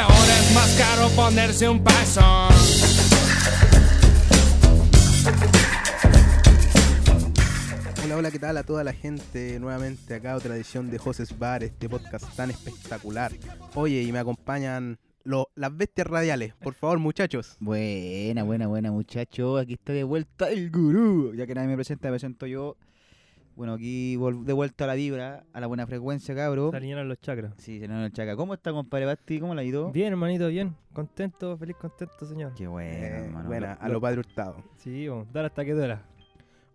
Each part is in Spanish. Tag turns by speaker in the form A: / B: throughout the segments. A: Ahora es más caro ponerse un paso.
B: Hola, hola, ¿qué tal a toda la gente? Nuevamente acá otra edición de Joses Bar, este podcast tan espectacular. Oye, y me acompañan lo- las bestias radiales, por favor, muchachos. Mm.
C: Buena, buena, buena, muchachos. Aquí está de vuelta el gurú. Ya que nadie me presenta, me presento yo. Bueno, aquí vol- de vuelta a la vibra, a la buena frecuencia, cabro.
D: Se alinearon los chakras.
C: Sí, se nos el chaca. ¿Cómo está, compadre Basti? ¿Cómo la ha ido?
D: Bien, hermanito, bien. Contento, feliz, contento, señor.
C: Qué bueno,
B: Eh,
C: hermano.
B: buena,
C: Lo-
B: a lo padre Hurtado.
D: Sí, vamos, dar hasta que duela.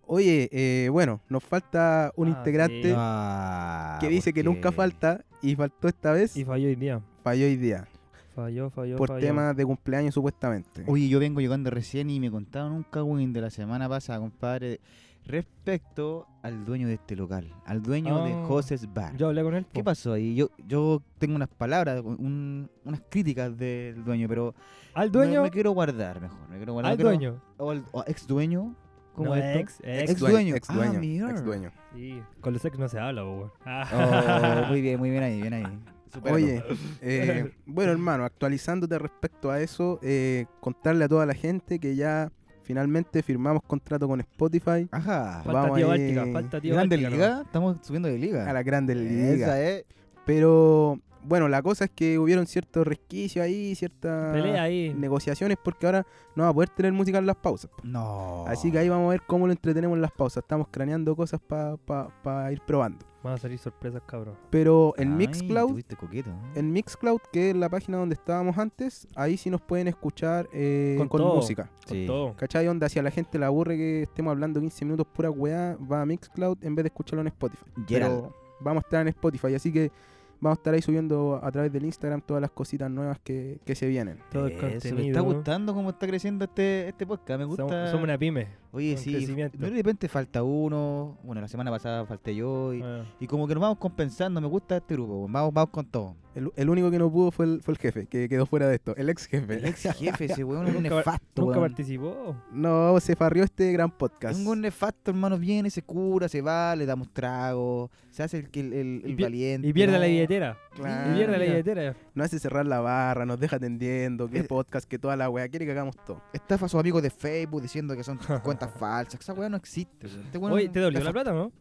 B: Oye, eh, bueno, nos falta un
D: Ah,
B: integrante
D: sí.
C: Ah,
B: que dice que
C: ¿por
B: nunca
C: qué?
B: falta y faltó esta vez,
D: Y falló hoy día.
B: falló hoy día,
D: Falló, falló.
B: por
D: falló.
B: temas de cumpleaños supuestamente.
C: Oye, yo vengo llegando recién y me contaron un cagüín de la semana pasada, compadre, respecto al dueño de este local, al dueño de
D: Ah.
C: Joses Bar.
D: Yo hablé con él.
C: ¿Qué
D: po.
C: pasó ahí? Yo, yo tengo unas palabras, un- unas críticas del dueño, pero
D: Al
C: me-
D: dueño.
C: Me, quiero guardar mejor. Me quiero guardar.
D: al
C: no quiero-
D: dueño.
C: O, al- o ex dueño. ¿Cómo
D: No,
C: es esto?
D: ex, ex.
C: Ex dueño.
B: ex
C: Ah,
B: dueño,
C: mira.
B: ex dueño.
D: Sí, con los ex no se habla, po, weón. Ah,
C: Oh, muy bien, muy bien ahí, bien ahí. Supéralo.
B: Oye, eh, bueno hermano, actualizándote respecto a eso, eh, contarle a toda la gente que ya finalmente firmamos contrato con Spotify
C: Ajá.
B: Pa-
D: falta
B: vamos
D: tío
B: ahí.
D: Báltica, falta tío
C: Grande
D: Báltica,
C: liga, estamos subiendo de liga.
B: a la Grande
C: Esa
B: Liga.
C: es.
B: Pero bueno, la cosa es que hubieron ciertos resquicios ahí,
D: nomás.
B: ciertas
D: Pelea ahí.
B: negociaciones porque ahora no va a poder tener música en las pausas. po.
C: No.
B: Así que ahí vamos a ver cómo lo entretenemos en las pausas. Estamos craneando cosas para ir probando.
D: Van a salir sorpresas, cabrón.
B: Pero
C: Ay,
B: en Mixcloud,
C: tuviste coqueto, ¿eh?
B: en Mixcloud, que es la página donde estábamos antes, ahí sí nos pueden escuchar eh, con,
D: Con todo.
B: música.
D: Con
C: Sí.
D: todo.
B: ¿Cachai? Onda, si a la gente le aburre que estemos hablando 15 minutos pura weá, va a Mixcloud en vez de escucharlo en Spotify.
C: Gerald.
B: Pero vamos a estar en Spotify, así que vamos a estar ahí subiendo a través del Instagram todas las cositas nuevas que, que se vienen.
D: Todo el
C: Eso,
D: contenido.
C: me está
D: ¿no?
C: gustando cómo está creciendo este, este podcast. Me gusta.
D: Somos, somos una pyme.
C: Oye,
D: con
C: sí.
D: crecimiento.
C: De repente falta uno. Bueno, la semana pasada falté yo. Y,
D: Ah,
C: y como que nos vamos compensando. Me gusta este grupo. Vamos, vamos con todo.
B: El, el único que no pudo fue el, fue el jefe, que quedó fuera de esto, el ex
C: El
B: jefe.
C: ex jefe, ese weón es un
D: Nunca va-
C: nefasto.
D: Nunca
C: weón.
D: participó.
B: No, se farrió este gran
C: Es
B: podcast.
C: un weón nefasto, hermano. Viene, se cura, se va, le damos trago. Se hace el, que- el, el- el
D: Y pi-
C: valiente.
D: Y pierde
C: no.
D: la billetera.
B: Claro.
D: Y pierde la
C: mira.
D: billetera.
B: Nos hace cerrar la barra, nos deja atendiendo, que
C: Eh.
B: podcast, que toda la weá, quiere que hagamos todo.
C: Estafa a sus amigos de Facebook diciendo que son cuentas falsas. Esa weá no existe. weón. Este weón
D: Oye, ¿te dolió la
C: estafa-
D: plata, no?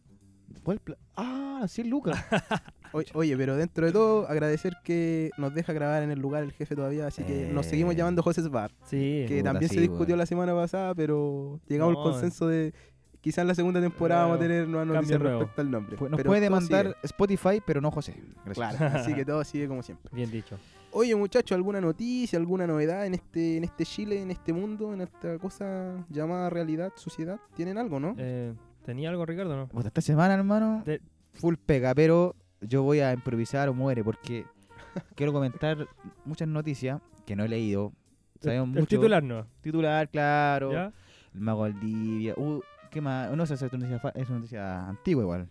C: ¿Cuál pla- Ah, 100 lucas.
B: O- oye, pero dentro de todo, agradecer que nos deja grabar en el lugar el jefe todavía, así que nos seguimos
C: Eh.
B: llamando José's Bar,
D: Sí.
B: que
C: Puta,
B: también se
C: sí,
B: discutió
C: weón.
B: la semana pasada, pero llegamos
D: No,
B: al consenso de quizás en la segunda temporada vamos a
D: Claro,
B: tener nuevas noticias
D: cambio nuevo.
B: respecto al nombre.
D: Pues
C: Pu- Nos
B: pero
C: puede
B: todo sigue.
C: demandar Spotify, pero no José. Gracias.
B: Claro, así que todo sigue como siempre.
D: Bien dicho.
B: Oye, muchachos, ¿alguna noticia, alguna novedad en este, en este Chile, en este mundo, en esta cosa llamada realidad, sociedad? ¿Tienen algo, no?
D: Eh, ¿Tenía algo, Ricardo, no?
C: Puta, esta semana, hermano,
D: De-
C: full pega, pero yo voy a improvisar o muere porque quiero comentar muchas noticias que no he leído. Sabemos
D: el,
C: mucho.
D: el titular no.
C: Titular, claro.
D: ¿Ya?
C: El mago Aldivia. Uh, ¿qué más? No sé, esa es una noticia, fa- es una noticia antigua igual.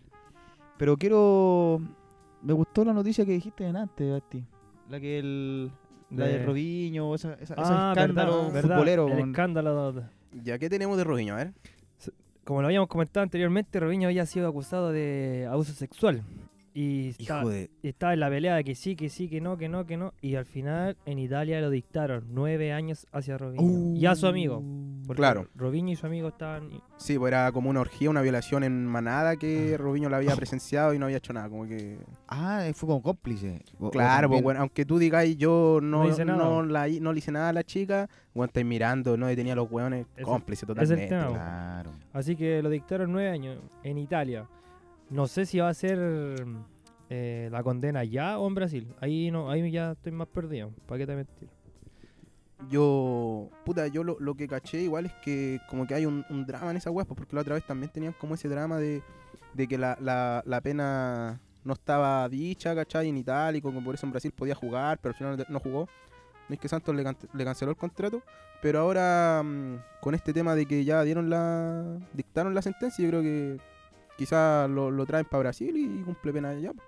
C: Pero quiero... Me gustó la noticia que dijiste antes, Basti. La que el... La de,
D: De-
C: Robinho, esa, esa, ese
D: Ah,
C: escándalo
D: verdad, verdad,
C: futbolero.
D: El
C: con-
D: escándalo. de-
B: Ya, ¿qué tenemos de Robinho? A ver.
D: Como lo habíamos comentado anteriormente, Robinho había sido acusado de abuso sexual. Y está-
C: Hijo de...
D: y estaba en la pelea de que sí, que sí, que no, que no, que no. Y al final en Italia lo dictaron. Nueve años hacia Robinho. y a su amigo. Porque
B: Claro.
D: Robinho y su amigo estaban.
B: Sí, pues era como una orgía, una violación en manada que Robinho la había presenciado y no había hecho nada. Como que.
C: Ah, fue como cómplice. O- o
B: Claro, pues
C: también-
B: bueno, aunque tú digas yo no,
D: No hice nada.
B: no la hi- no le hice nada a la chica, bueno, estáis mirando, no detenía a los hueones,
D: Es el-
B: cómplice
D: es
B: totalmente.
D: el tema,
B: weón.
C: Claro.
D: Así que lo dictaron nueve años en Italia. No sé si va a ser eh, la condena ya o en Brasil. Ahí no, ahí ya estoy más perdido. ¿Para qué te mentir?
B: Yo, puta, yo lo, lo que caché igual es que como que hay un, un drama en esa hueá, pues, porque la otra vez también tenían como ese drama de, de que la, la- la pena no estaba dicha, ¿cachai? En Italia, y como por eso en Brasil podía jugar, pero al final no jugó. No es que Santos le, can- le canceló el contrato, pero ahora mm, con este tema de que ya dieron la dictaron la sentencia, yo creo que quizás lo, lo traen para Brasil y, cumple pena allá. po.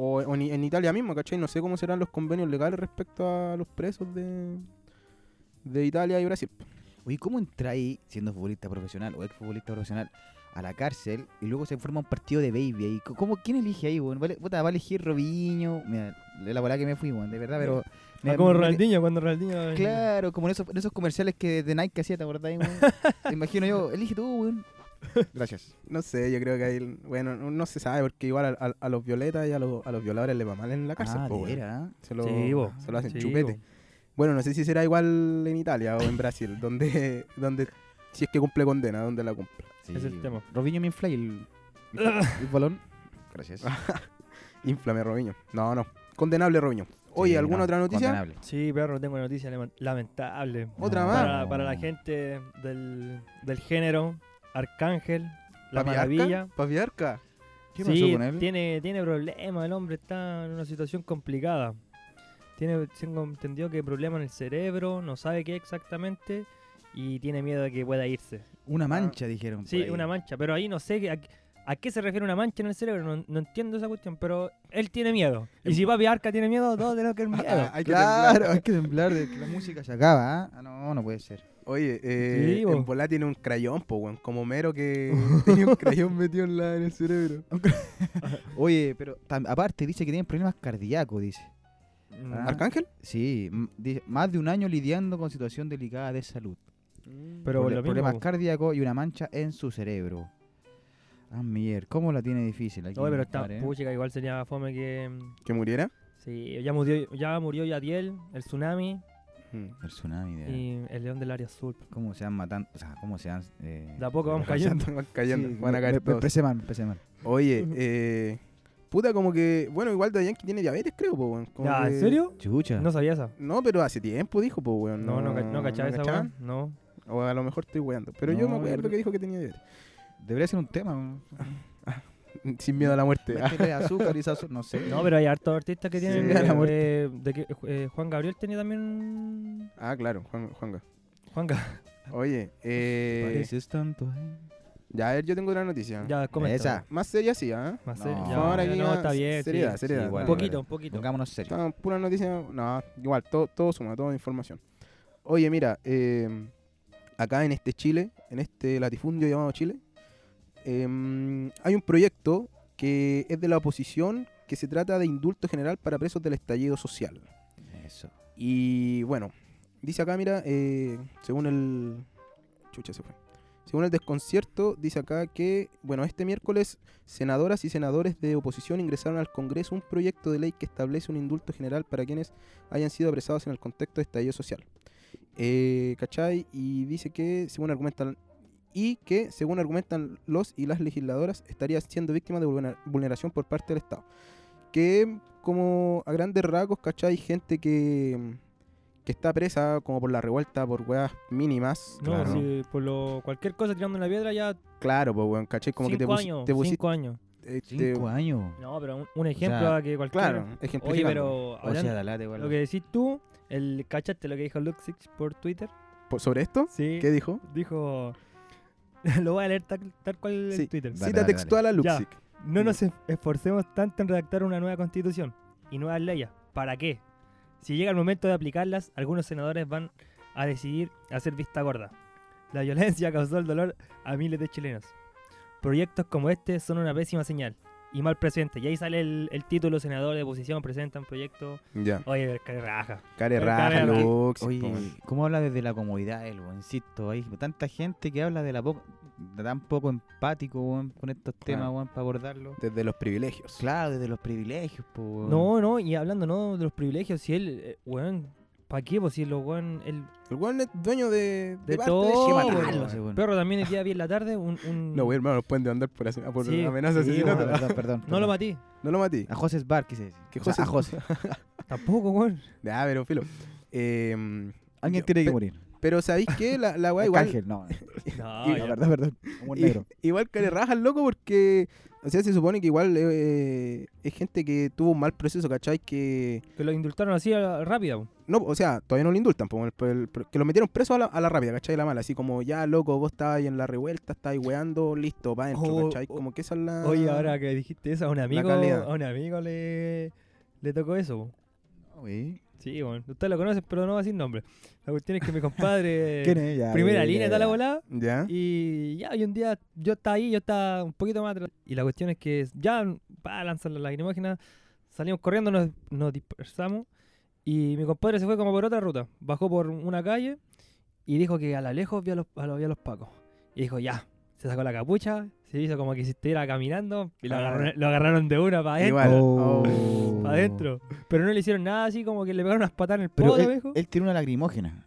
B: O, o en, en Italia mismo, ¿cachai? No sé cómo serán los convenios legales respecto a los presos de, de Italia y Brasil.
C: Oye, ¿cómo entráis siendo futbolista profesional o ex futbolista profesional a la cárcel y luego se forma un partido de baby ahí. Co- ¿Cómo, ¿Quién elige ahí, weón? ¿Vale, puta, va a elegir Robinho. Mira, la verdad que me fui, weón, de verdad, pero. me-
D: Ah, como
C: Eh, me-
D: Ronaldinho, cuando Ronaldinho.
C: Claro, como en esos, en esos comerciales que de Nike hacía, ¿te acordás, weón? Te imagino yo, elige tú, weón. Ah, Gracias.
B: No sé, yo creo que ahí, bueno, no, no se sabe, porque igual a, a- a los violetas y a los, a los violadores les va mal en la cárcel.
C: Ah,
B: po, weón.
C: de veras.
B: se, lo,
D: Sí, bo,
B: se lo hacen
D: sí,
B: chupete.
D: bo.
B: Bueno, no sé si será igual en Italia o en Brasil, donde, donde si es que cumple condena, donde la cumple.
C: Sí,
D: Es el
C: weón.
D: tema.
C: Robinho me infla y el, Ah, el, el balón. Gracias.
B: Inflame Robinho. No, no. Condenable Robinho. Oye,
C: Sí,
B: ¿alguna
C: no,
B: otra noticia?
C: condenable.
D: Sí, perro, tengo una noticia lema- lamentable.
B: Otra
C: No.
B: más.
D: Para, para la gente del, del género, Arcángel, La
B: ¿Papiarca?
D: Maravilla.
B: ¿Papiarca?
C: ¿Qué pasó
D: Sí,
C: con él?
D: Tiene, tiene problemas, el hombre está en una situación complicada. Tiene, tengo entendido que problema en el cerebro, no sabe qué exactamente y tiene miedo de que pueda irse.
C: Una mancha, dijeron. por
D: Ah, Sí,
C: ahí.
D: una mancha, pero ahí no sé qué- a, a qué se refiere una mancha en el cerebro, no, no entiendo esa cuestión, pero él tiene miedo. Y si Papi Arca tiene miedo, todos tenemos que
C: Ah,
D: tener miedo.
B: Ah, Hay que
C: Claro,
B: temblar.
C: hay que temblar de que la música se acaba. ¿ah? Ah, no, no puede ser.
B: Oye, eh,
D: Sí, bo.
B: en Volá tiene un crayón, po, weón. Como mero que tenía un crayón metido en, la- en el cerebro.
C: Oye, pero tam- aparte dice que tienen problemas cardíacos, dice.
D: Mm.
C: Ah.
B: ¿Arcángel?
C: Sí, m- dice, más de un año lidiando con situación delicada de salud.
D: Pero
C: Proble-
D: lo mismo,
C: problemas
D: po.
C: cardíacos y una mancha en su cerebro. Ah, mier, ¿cómo la tiene difícil? Aquí
D: Oye, pero está,
C: compadre, ¿eh?
D: pucha, igual sería fome que... mm,
B: ¿Que muriera?
D: Sí, ya murió, ya murió Yadiel, el tsunami
B: Mm.
C: El tsunami de-
D: y el león del área azul.
C: ¿Cómo se van matando? O sea, ¿cómo se van...? eh,
D: De a poco vamos cayendo.
B: Van cayendo,
C: Sí,
B: van a
C: me-
B: caer
C: me- me
B: todos.
C: expresé mal, me expresé mal.
B: Oye, eh, puta, como que. Bueno, igual Dayanki tiene diabetes, creo, po, weón. Como
D: Ya, ¿En
B: que-
D: serio?
C: Chucha.
D: No sabía esa.
B: No, pero hace tiempo dijo, po, weón.
D: No, no, ca- no cachaba esa
B: cachaba.
D: weá. No.
B: O a lo mejor estoy weando. Pero yo
C: No,
B: me
C: yo
B: acuerdo
C: creo-
B: que dijo que tenía diabetes.
C: Debería ser un tema. ¿no?
B: Sin miedo a la muerte.
C: Métele azúcar y sazón, no sé.
D: No, pero hay hartos artistas que tienen.
B: Sí, a la
D: eh,
B: muerte.
D: de- de que, eh, Juan Gabriel tenía también.
B: Ah, claro, Juan, Juanga.
D: Juan Gabriel.
B: Oye, eh,
C: Pareces tanto, eh.
B: ya, a ver, yo tengo una noticia.
D: Ya, comenta.
C: Esa.
B: Más seria sí, ¿ah?
D: Más
C: No.
D: serio. Ya,
C: Ahora
D: ya,
B: aquí
D: no,
B: más
D: está bien. sí.
B: seriedad, seriedad.
C: Sí, igual,
D: Un
B: no,
D: poquito, un poquito.
C: Pongámonos serios.
B: está pura noticia, no, igual, todo, todo suma, toda información. Oye, mira, eh, acá en este Chile, en este latifundio llamado Chile, em, hay un proyecto que es de la oposición que se trata de indulto general para presos del estallido social.
C: Eso.
B: Y bueno, dice acá, mira, eh, según el. Chucha se fue. Según el desconcierto, dice acá que, bueno, este miércoles, senadoras y senadores de oposición ingresaron al Congreso un proyecto de ley que establece un indulto general para quienes hayan sido apresados en el contexto de estallido social. Eh, ¿Cachai? Y dice que, según argumentan. Y que, según argumentan los y las legisladoras, estaría siendo víctima de vulnera- vulneración por parte del Estado que como a grandes rasgos, ¿cachai? Gente que, que está presa como por la revuelta, por weas mínimas.
D: No,
B: claro,
D: si por lo, cualquier cosa tirando la piedra ya
B: claro pues weón, ¿cachai? Como que te,
D: cinco
B: pusi-
D: años,
B: te pusiste...
D: cinco años.
B: eh, te-
C: Cinco años.
D: No, pero un, un ejemplo
C: sea,
D: a que cualquier...
B: claro,
D: Oye,
B: ejemplificando.
D: pero
C: O
D: hablando-
C: sea, dalate, igual.
D: lo que decís tú, el cachaste lo que dijo Luxix por Twitter.
B: ¿Por- ¿Sobre esto?
D: Sí.
B: ¿Qué dijo?
D: Dijo. Lo voy a leer tal, tal cual
B: Sí.
D: en Twitter.
C: Dale,
B: Cita
C: dale,
B: textual a
D: Ya.
B: Luxic.
D: No nos es- esforcemos tanto en redactar una nueva constitución y nuevas leyes. ¿Para qué? Si llega el momento de aplicarlas, algunos senadores van a decidir hacer vista gorda. La violencia causó el dolor a miles de chilenos. Proyectos como este son una pésima señal y mal presente. Y ahí sale el, el título, senador de oposición presentan proyecto.
B: Ya.
D: Oye, qué raja.
B: Care
D: Care
B: raja,
D: raja.
B: Luxic.
C: Oye,
B: po, weón.
C: ¿cómo habla desde la comodidad él, weón? Insisto, hay tanta gente que habla de la poco, de tan poco empático, weón, con estos temas, weón, para abordarlo.
B: Desde los privilegios.
C: Claro, desde los privilegios, po, weón.
D: No, no, y hablando no de los privilegios, si él, eh, weón, ¿para qué? Pues si lo weón, el
B: El weón es dueño de...
D: De
B: parte
D: todo,
B: Chile,
D: weón.
B: matarlo,
C: Ese
B: weón.
C: weón.
D: perro también el día bien la tarde, un, un-
B: No, weón, hermano, los pueden demandar por, as- por
D: Sí,
B: amenaza
D: sí,
B: de
C: Sí,
D: no,
C: weón,
B: asesinato.
C: perdón, perdón,
D: no lo
C: perdón.
D: maté.
B: No lo matí.
C: A José Sbar, quise decir.
B: Que
C: O sea,
B: José-
C: a José.
D: Tampoco, weón.
B: Ya, pero filo. Em,
C: Alguien
B: yo-
C: tiene que
B: pe-
C: morir.
B: Pero ¿sabéis qué? La, la weá igual...
C: Arcángel, no.
D: No,
C: La
D: Ah, ya.
C: verdad, perdón. Como un
B: I-
C: negro.
B: igual que le rajan, loco, porque. O sea, se supone que igual eh, es gente que tuvo un mal proceso, ¿cachai? Que.
D: Que lo indultaron así a- rápida. po.
B: No, o sea, todavía no lo indultan, po, el- el- que lo metieron preso a la, a la rápida, ¿cachai? La mala, así como, ya, loco, vos estabas ahí en la revuelta, estabas weando, listo, va adentro,
D: Oh,
B: ¿cachai?
D: oh.
B: Como que esa es
C: Ah.
B: la.
D: Oye, ahora que dijiste eso, a un amigo,
B: calidad.
D: a un amigo le, le tocó eso. po.
C: No, weón.
D: Sí, bueno. Usted lo conoce, pero no va a decir nombre. La cuestión es que mi compadre.
C: ¿Quién es? Ya,
D: Primera
C: ya, ya,
D: línea,
C: ya.
D: está la volada.
B: ¿Ya?
D: Y ya, y un día yo estaba ahí, yo estaba un poquito más atrás. Y la cuestión es que ya pa, lanzan la lacrimógena, salimos corriendo, nos, nos dispersamos. Y mi compadre se fue como por otra ruta. Bajó por una calle y dijo que a la lejos vio a los, a los, vio a los pacos. Y dijo, ya. Se sacó la capucha, se hizo como que si estuviera caminando y lo,
B: Ah.
D: agarraron, lo agarraron de una para adentro.
B: Igual.
C: Oh.
D: pa' adentro. Pero no le hicieron nada así, como que le pegaron unas patadas en el
C: Pero
D: poto,
C: él,
D: viejo.
C: él tiró una lagrimógena.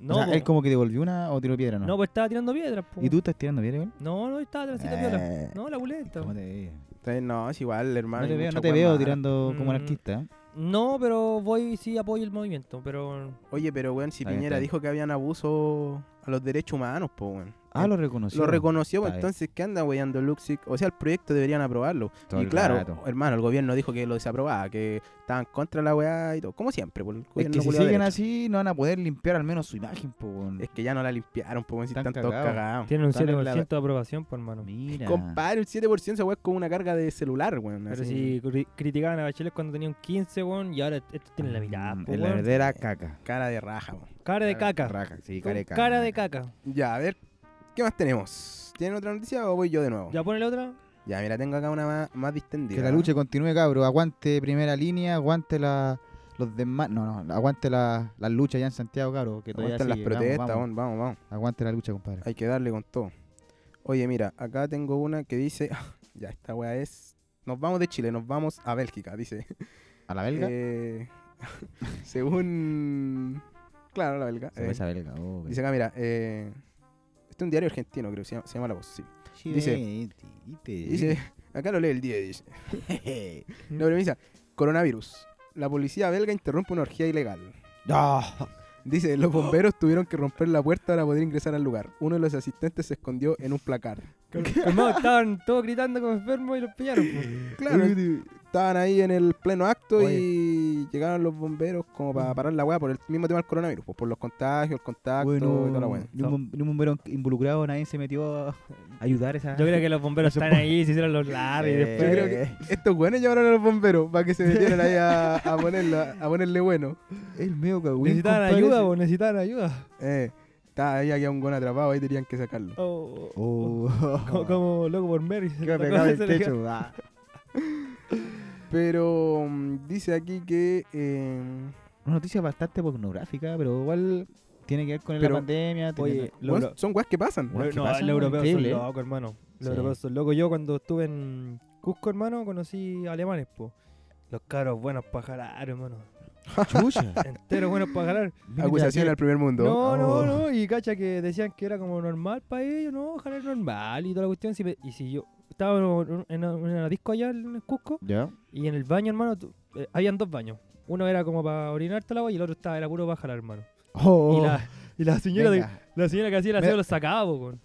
D: no,
C: o sea,
D: po.
C: él como que devolvió una o tiró piedra, ¿no?
D: no, pues estaba tirando piedras. po.
C: ¿Y tú estás tirando piedra, igual?
D: No, no, estaba transita piola.
C: Eh,
D: No, la buleta.
C: ¿cómo te veía?
B: Entonces, no, es igual, hermano.
C: No te
B: hay
C: veo,
B: mucha
C: no te
B: wea
C: veo
B: mala.
C: tirando como
D: Mm.
C: anarquista.
D: No, pero voy, sí apoyo el movimiento, pero...
B: Oye, pero weón, si
C: Está bien,
B: Piñera
C: está bien.
B: dijo que habían abuso a los derechos humanos, po, weón.
C: Ah,
B: Eh,
C: lo reconoció.
B: Lo reconoció, pues,
C: Está bien.
B: entonces, ¿qué anda weyando Luxic? O sea, el proyecto deberían aprobarlo.
C: Todo
B: y
C: el
B: claro,
C: rato.
B: hermano, el gobierno dijo que lo desaprobaba, que estaban contra la weá y todo. Como siempre, por el
C: Es
B: gobierno
C: que si
B: culiao
C: siguen
B: derecho.
C: así, no van a poder limpiar al menos su imagen, po. weón.
B: Es que ya no la limpiaron, pues, si
C: Están
B: están todos
C: cagados.
B: cagados.
D: Tiene un
C: Están en
D: 7%
C: la-
D: de aprobación, por hermano.
C: Mira.
B: Compadre, el 7% esa weá es como una carga de celular, weón.
D: Pero
B: así.
D: si cri- criticaban a Bachelet cuando tenía un 15, weón, y ahora estos tienen la mitad,
C: Mm,
D: po,
C: Es la
D: weón.
C: verdadera caca.
B: Cara de raja, weón.
D: Cara de caca.
C: Raca, sí,
D: Con
C: cara de caca.
D: Cara de caca.
B: Ya, a ver, ¿qué más tenemos? ¿Tienen otra noticia o voy yo de nuevo? Ya,
D: ¿Ya ponele otra?
B: mira, tengo acá una más, más distendida.
C: Que la lucha continúe, cabro. Aguante primera línea, aguante la, los demás. No, no, aguante la, las luchas ya en Santiago, cabro. Que todavía
B: Aguantan ¿eh? las
C: sigue. Vamos,
B: protestas,
C: vamos.
B: weón, vamos, vamos.
C: Aguante la lucha, compadre.
B: Hay que darle con todo. Oye, mira, acá tengo una que dice. ya, esta weá es. Nos vamos de Chile, nos vamos a Bélgica, dice.
C: A la belga.
B: Eh, según. Claro, la belga. eh,
C: Cerveza belga. oh,
B: dice acá, mira. eh, este es un diario argentino, creo. Se llama, se llama La Voz, sí.
C: Sí,
B: dice-
C: eh, ti- te-
B: Dice. Acá lo lee el 10. Dice. La premisa: coronavirus. La policía belga interrumpe una orgía ilegal.
C: Ah,
B: Dice, los bomberos tuvieron que romper la puerta para poder ingresar al lugar. Uno de los asistentes se escondió en un placar.
D: Calmado, estaban todos gritando como enfermos y los pillaron. pues. po.
B: Claro, estaban ahí en el pleno acto
D: Oye.
B: y llegaron los bomberos como para parar la weá por el mismo tema del coronavirus, pues por los contagios, el contacto y toda la
C: bueno,
B: weá.
C: ni un, bom- ni un bombero involucrado, nadie se metió a ayudar a esa.
D: Yo creo que los bomberos están ahí, se hicieron los largos y
C: Eh,
D: después...
B: Yo creo que estos buenos llevaron a los bomberos para que se metieran ahí a, a ponerlo- a ponerle bueno.
C: El medio cagüín.
D: Necesitaban
C: compadre,
D: ayuda,
C: ese.
D: po, necesitaban ayuda.
B: Eh, estaba ahí, había un buen atrapado, ahí tenían que sacarlo.
D: Oh,
C: Oh.
D: Como, como loco por Mary. se
C: Que
D: le
C: me
D: tocó-
C: pegaba el
D: se le-
C: techo. ah.
B: Pero mm, dice aquí que... eh,
C: Una noticia bastante pornográfica, pero igual tiene que ver con
B: Pero-
C: la pandemia. tiene-
D: Oye, lo-
B: weón,
D: lo-
B: son weas que pasan.
C: Eh, Weón,
D: Lo-
C: ¿qué
D: no,
C: pasa?
D: los europeos
C: Increíble,
D: son
C: ¿eh?
D: locos, hermano. Los
C: Sí.
D: europeos son locos. Yo cuando estuve en Cusco, hermano, conocí alemanes, po. Los caros buenos para jalar, hermano.
C: Chucha.
D: Enteros buenos para jalar.
C: Mira,
B: Acusación
C: sí.
B: al primer mundo.
D: No, no,
C: Oh.
D: no. Y cacha que decían que era como normal para ellos, no, jalar normal y toda la cuestión. Si me- Y si yo estaba en un- en una, en una disco allá en Cusco
C: ¿Ya?
D: y en el baño, hermano, tu- eh, habían dos baños. Uno era como para orinar toda la agua y el otro estaba, era puro para jalar, hermano.
C: Oh,
D: Y, la, y la señora de-
C: venga.
D: la señora que hacía el aseo
C: Me-
D: lo sacaba, po, con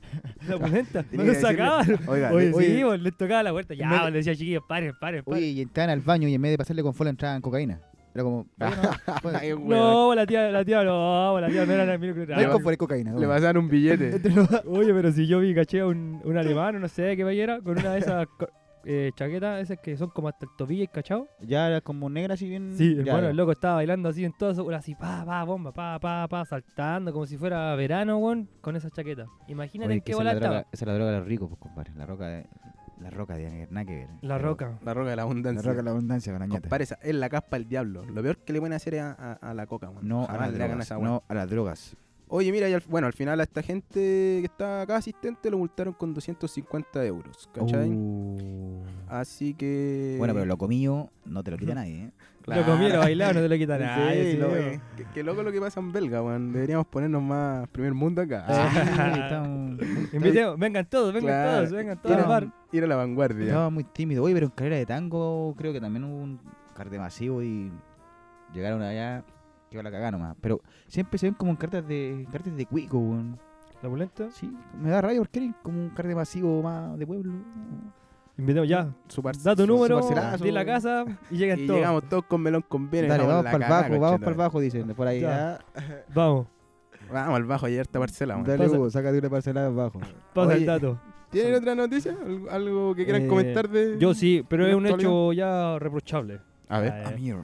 D: La punenta.
B: Tenía
D: No
B: que
D: lo
B: decirle,
D: sacaba.
B: Oiga,
D: Oye,
B: le-
D: sí, pues, le tocaba la puerta. Ya,
C: Me-
D: pues, le decía chiquillos, paren, paren,
C: Oye,
D: paren.
C: y entraban al baño y en vez de pasarle con fola entraban cocaína. Era como.
D: Ah.
C: oye, no, pues,
B: Ay, weón,
D: No, la tía, la tía, no, la tía no era la micro.
C: no es con fola, es cocaína.
B: Le
C: bueno.
B: pasaron un billete.
D: Oye, pero si yo vi, caché a un, un alemán, o no sé qué vaya era, con una de esas co- eh, chaquetas, esas que son como hasta el tobillo, ¿cachao?
C: Ya era como negra, así bien. Mm,
D: Sí,
C: ya,
D: hermano,
C: ya.
D: el loco estaba bailando así en toda su. Así, pa, pa, bomba, pa, pa, pa, saltando, como si fuera verano, weón, con esa chaqueta. Imagínate
C: Oye,
D: en
C: que
D: qué
C: esa es
D: bola
C: la
D: estaba.
C: droga- Esa es la droga de los ricos, pues, compadre. La roca de. La roca de. Nada que ver.
D: La roca.
B: La roca de la
C: La
B: abundancia.
C: roca de la abundancia con la ñata.
B: Compadre, esa es la caspa del diablo. Lo peor que le pueden hacer es a, a- a la coca, weón.
C: No a,
B: Jamás
C: las
B: le hagan a
C: drogas,
B: esa weá.
C: no a las drogas.
B: Oye, mira, y al- bueno, al final a esta gente que está acá asistente lo multaron con 250 euros, ¿cachai?
C: Uh.
B: Así que...
C: Bueno, pero lo comío no te lo quita nadie, ¿eh?
B: Claro.
D: Lo comieron, bailaron, no te lo quitan.
B: Sí,
D: nadie, sí,
B: lo-
D: weón.
B: eh, qué, qué loco lo que pasa en Belga, weón. Deberíamos ponernos más primer mundo acá.
D: Ah,
C: Sí, estamos-
D: Invitemos, vengan todos, vengan
B: Claro.
D: todos, vengan todos
B: Era-
D: al bar.
B: Ir a la vanguardia.
C: Estaba muy tímido. Oye, pero en carrera de tango creo que también hubo un carte masivo y llegaron allá que va la cagada nomás. Pero siempre se ven como en cartas de cartas de cuico, weón.
D: ¿La pulenta?
C: Sí, me da rabia porque eran como un carte masivo más de pueblo.
D: Invitemos ya.
B: Su par-
D: Da tu
B: su- su
D: número,
B: parcelazo.
D: de la casa y llegan
B: Y
D: todos.
B: llegamos todos con melón con bien.
C: Dale,
B: dejamos
C: vamos
B: la
C: para el
B: cagada,
C: bajo, vamos
B: conchetumare.
C: para el bajo, dicen. Por ahí.
D: Ya.
C: ah.
D: Vamos,
B: Vamos al bajo, ayer esta parcela, weón.
C: Dale,
D: Pasa.
C: Hugo, sácate una parcelada abajo.
D: pasa
B: Oye.
D: el dato.
B: ¿Tienen otra noticia? ¿Algo, algo que quieran
D: Eh,
B: comentar de...?
D: Yo sí, pero es un
B: ¿Actualidad?
D: hecho ya reprochable.
B: A ver.
D: Ah, eh.
C: Amir.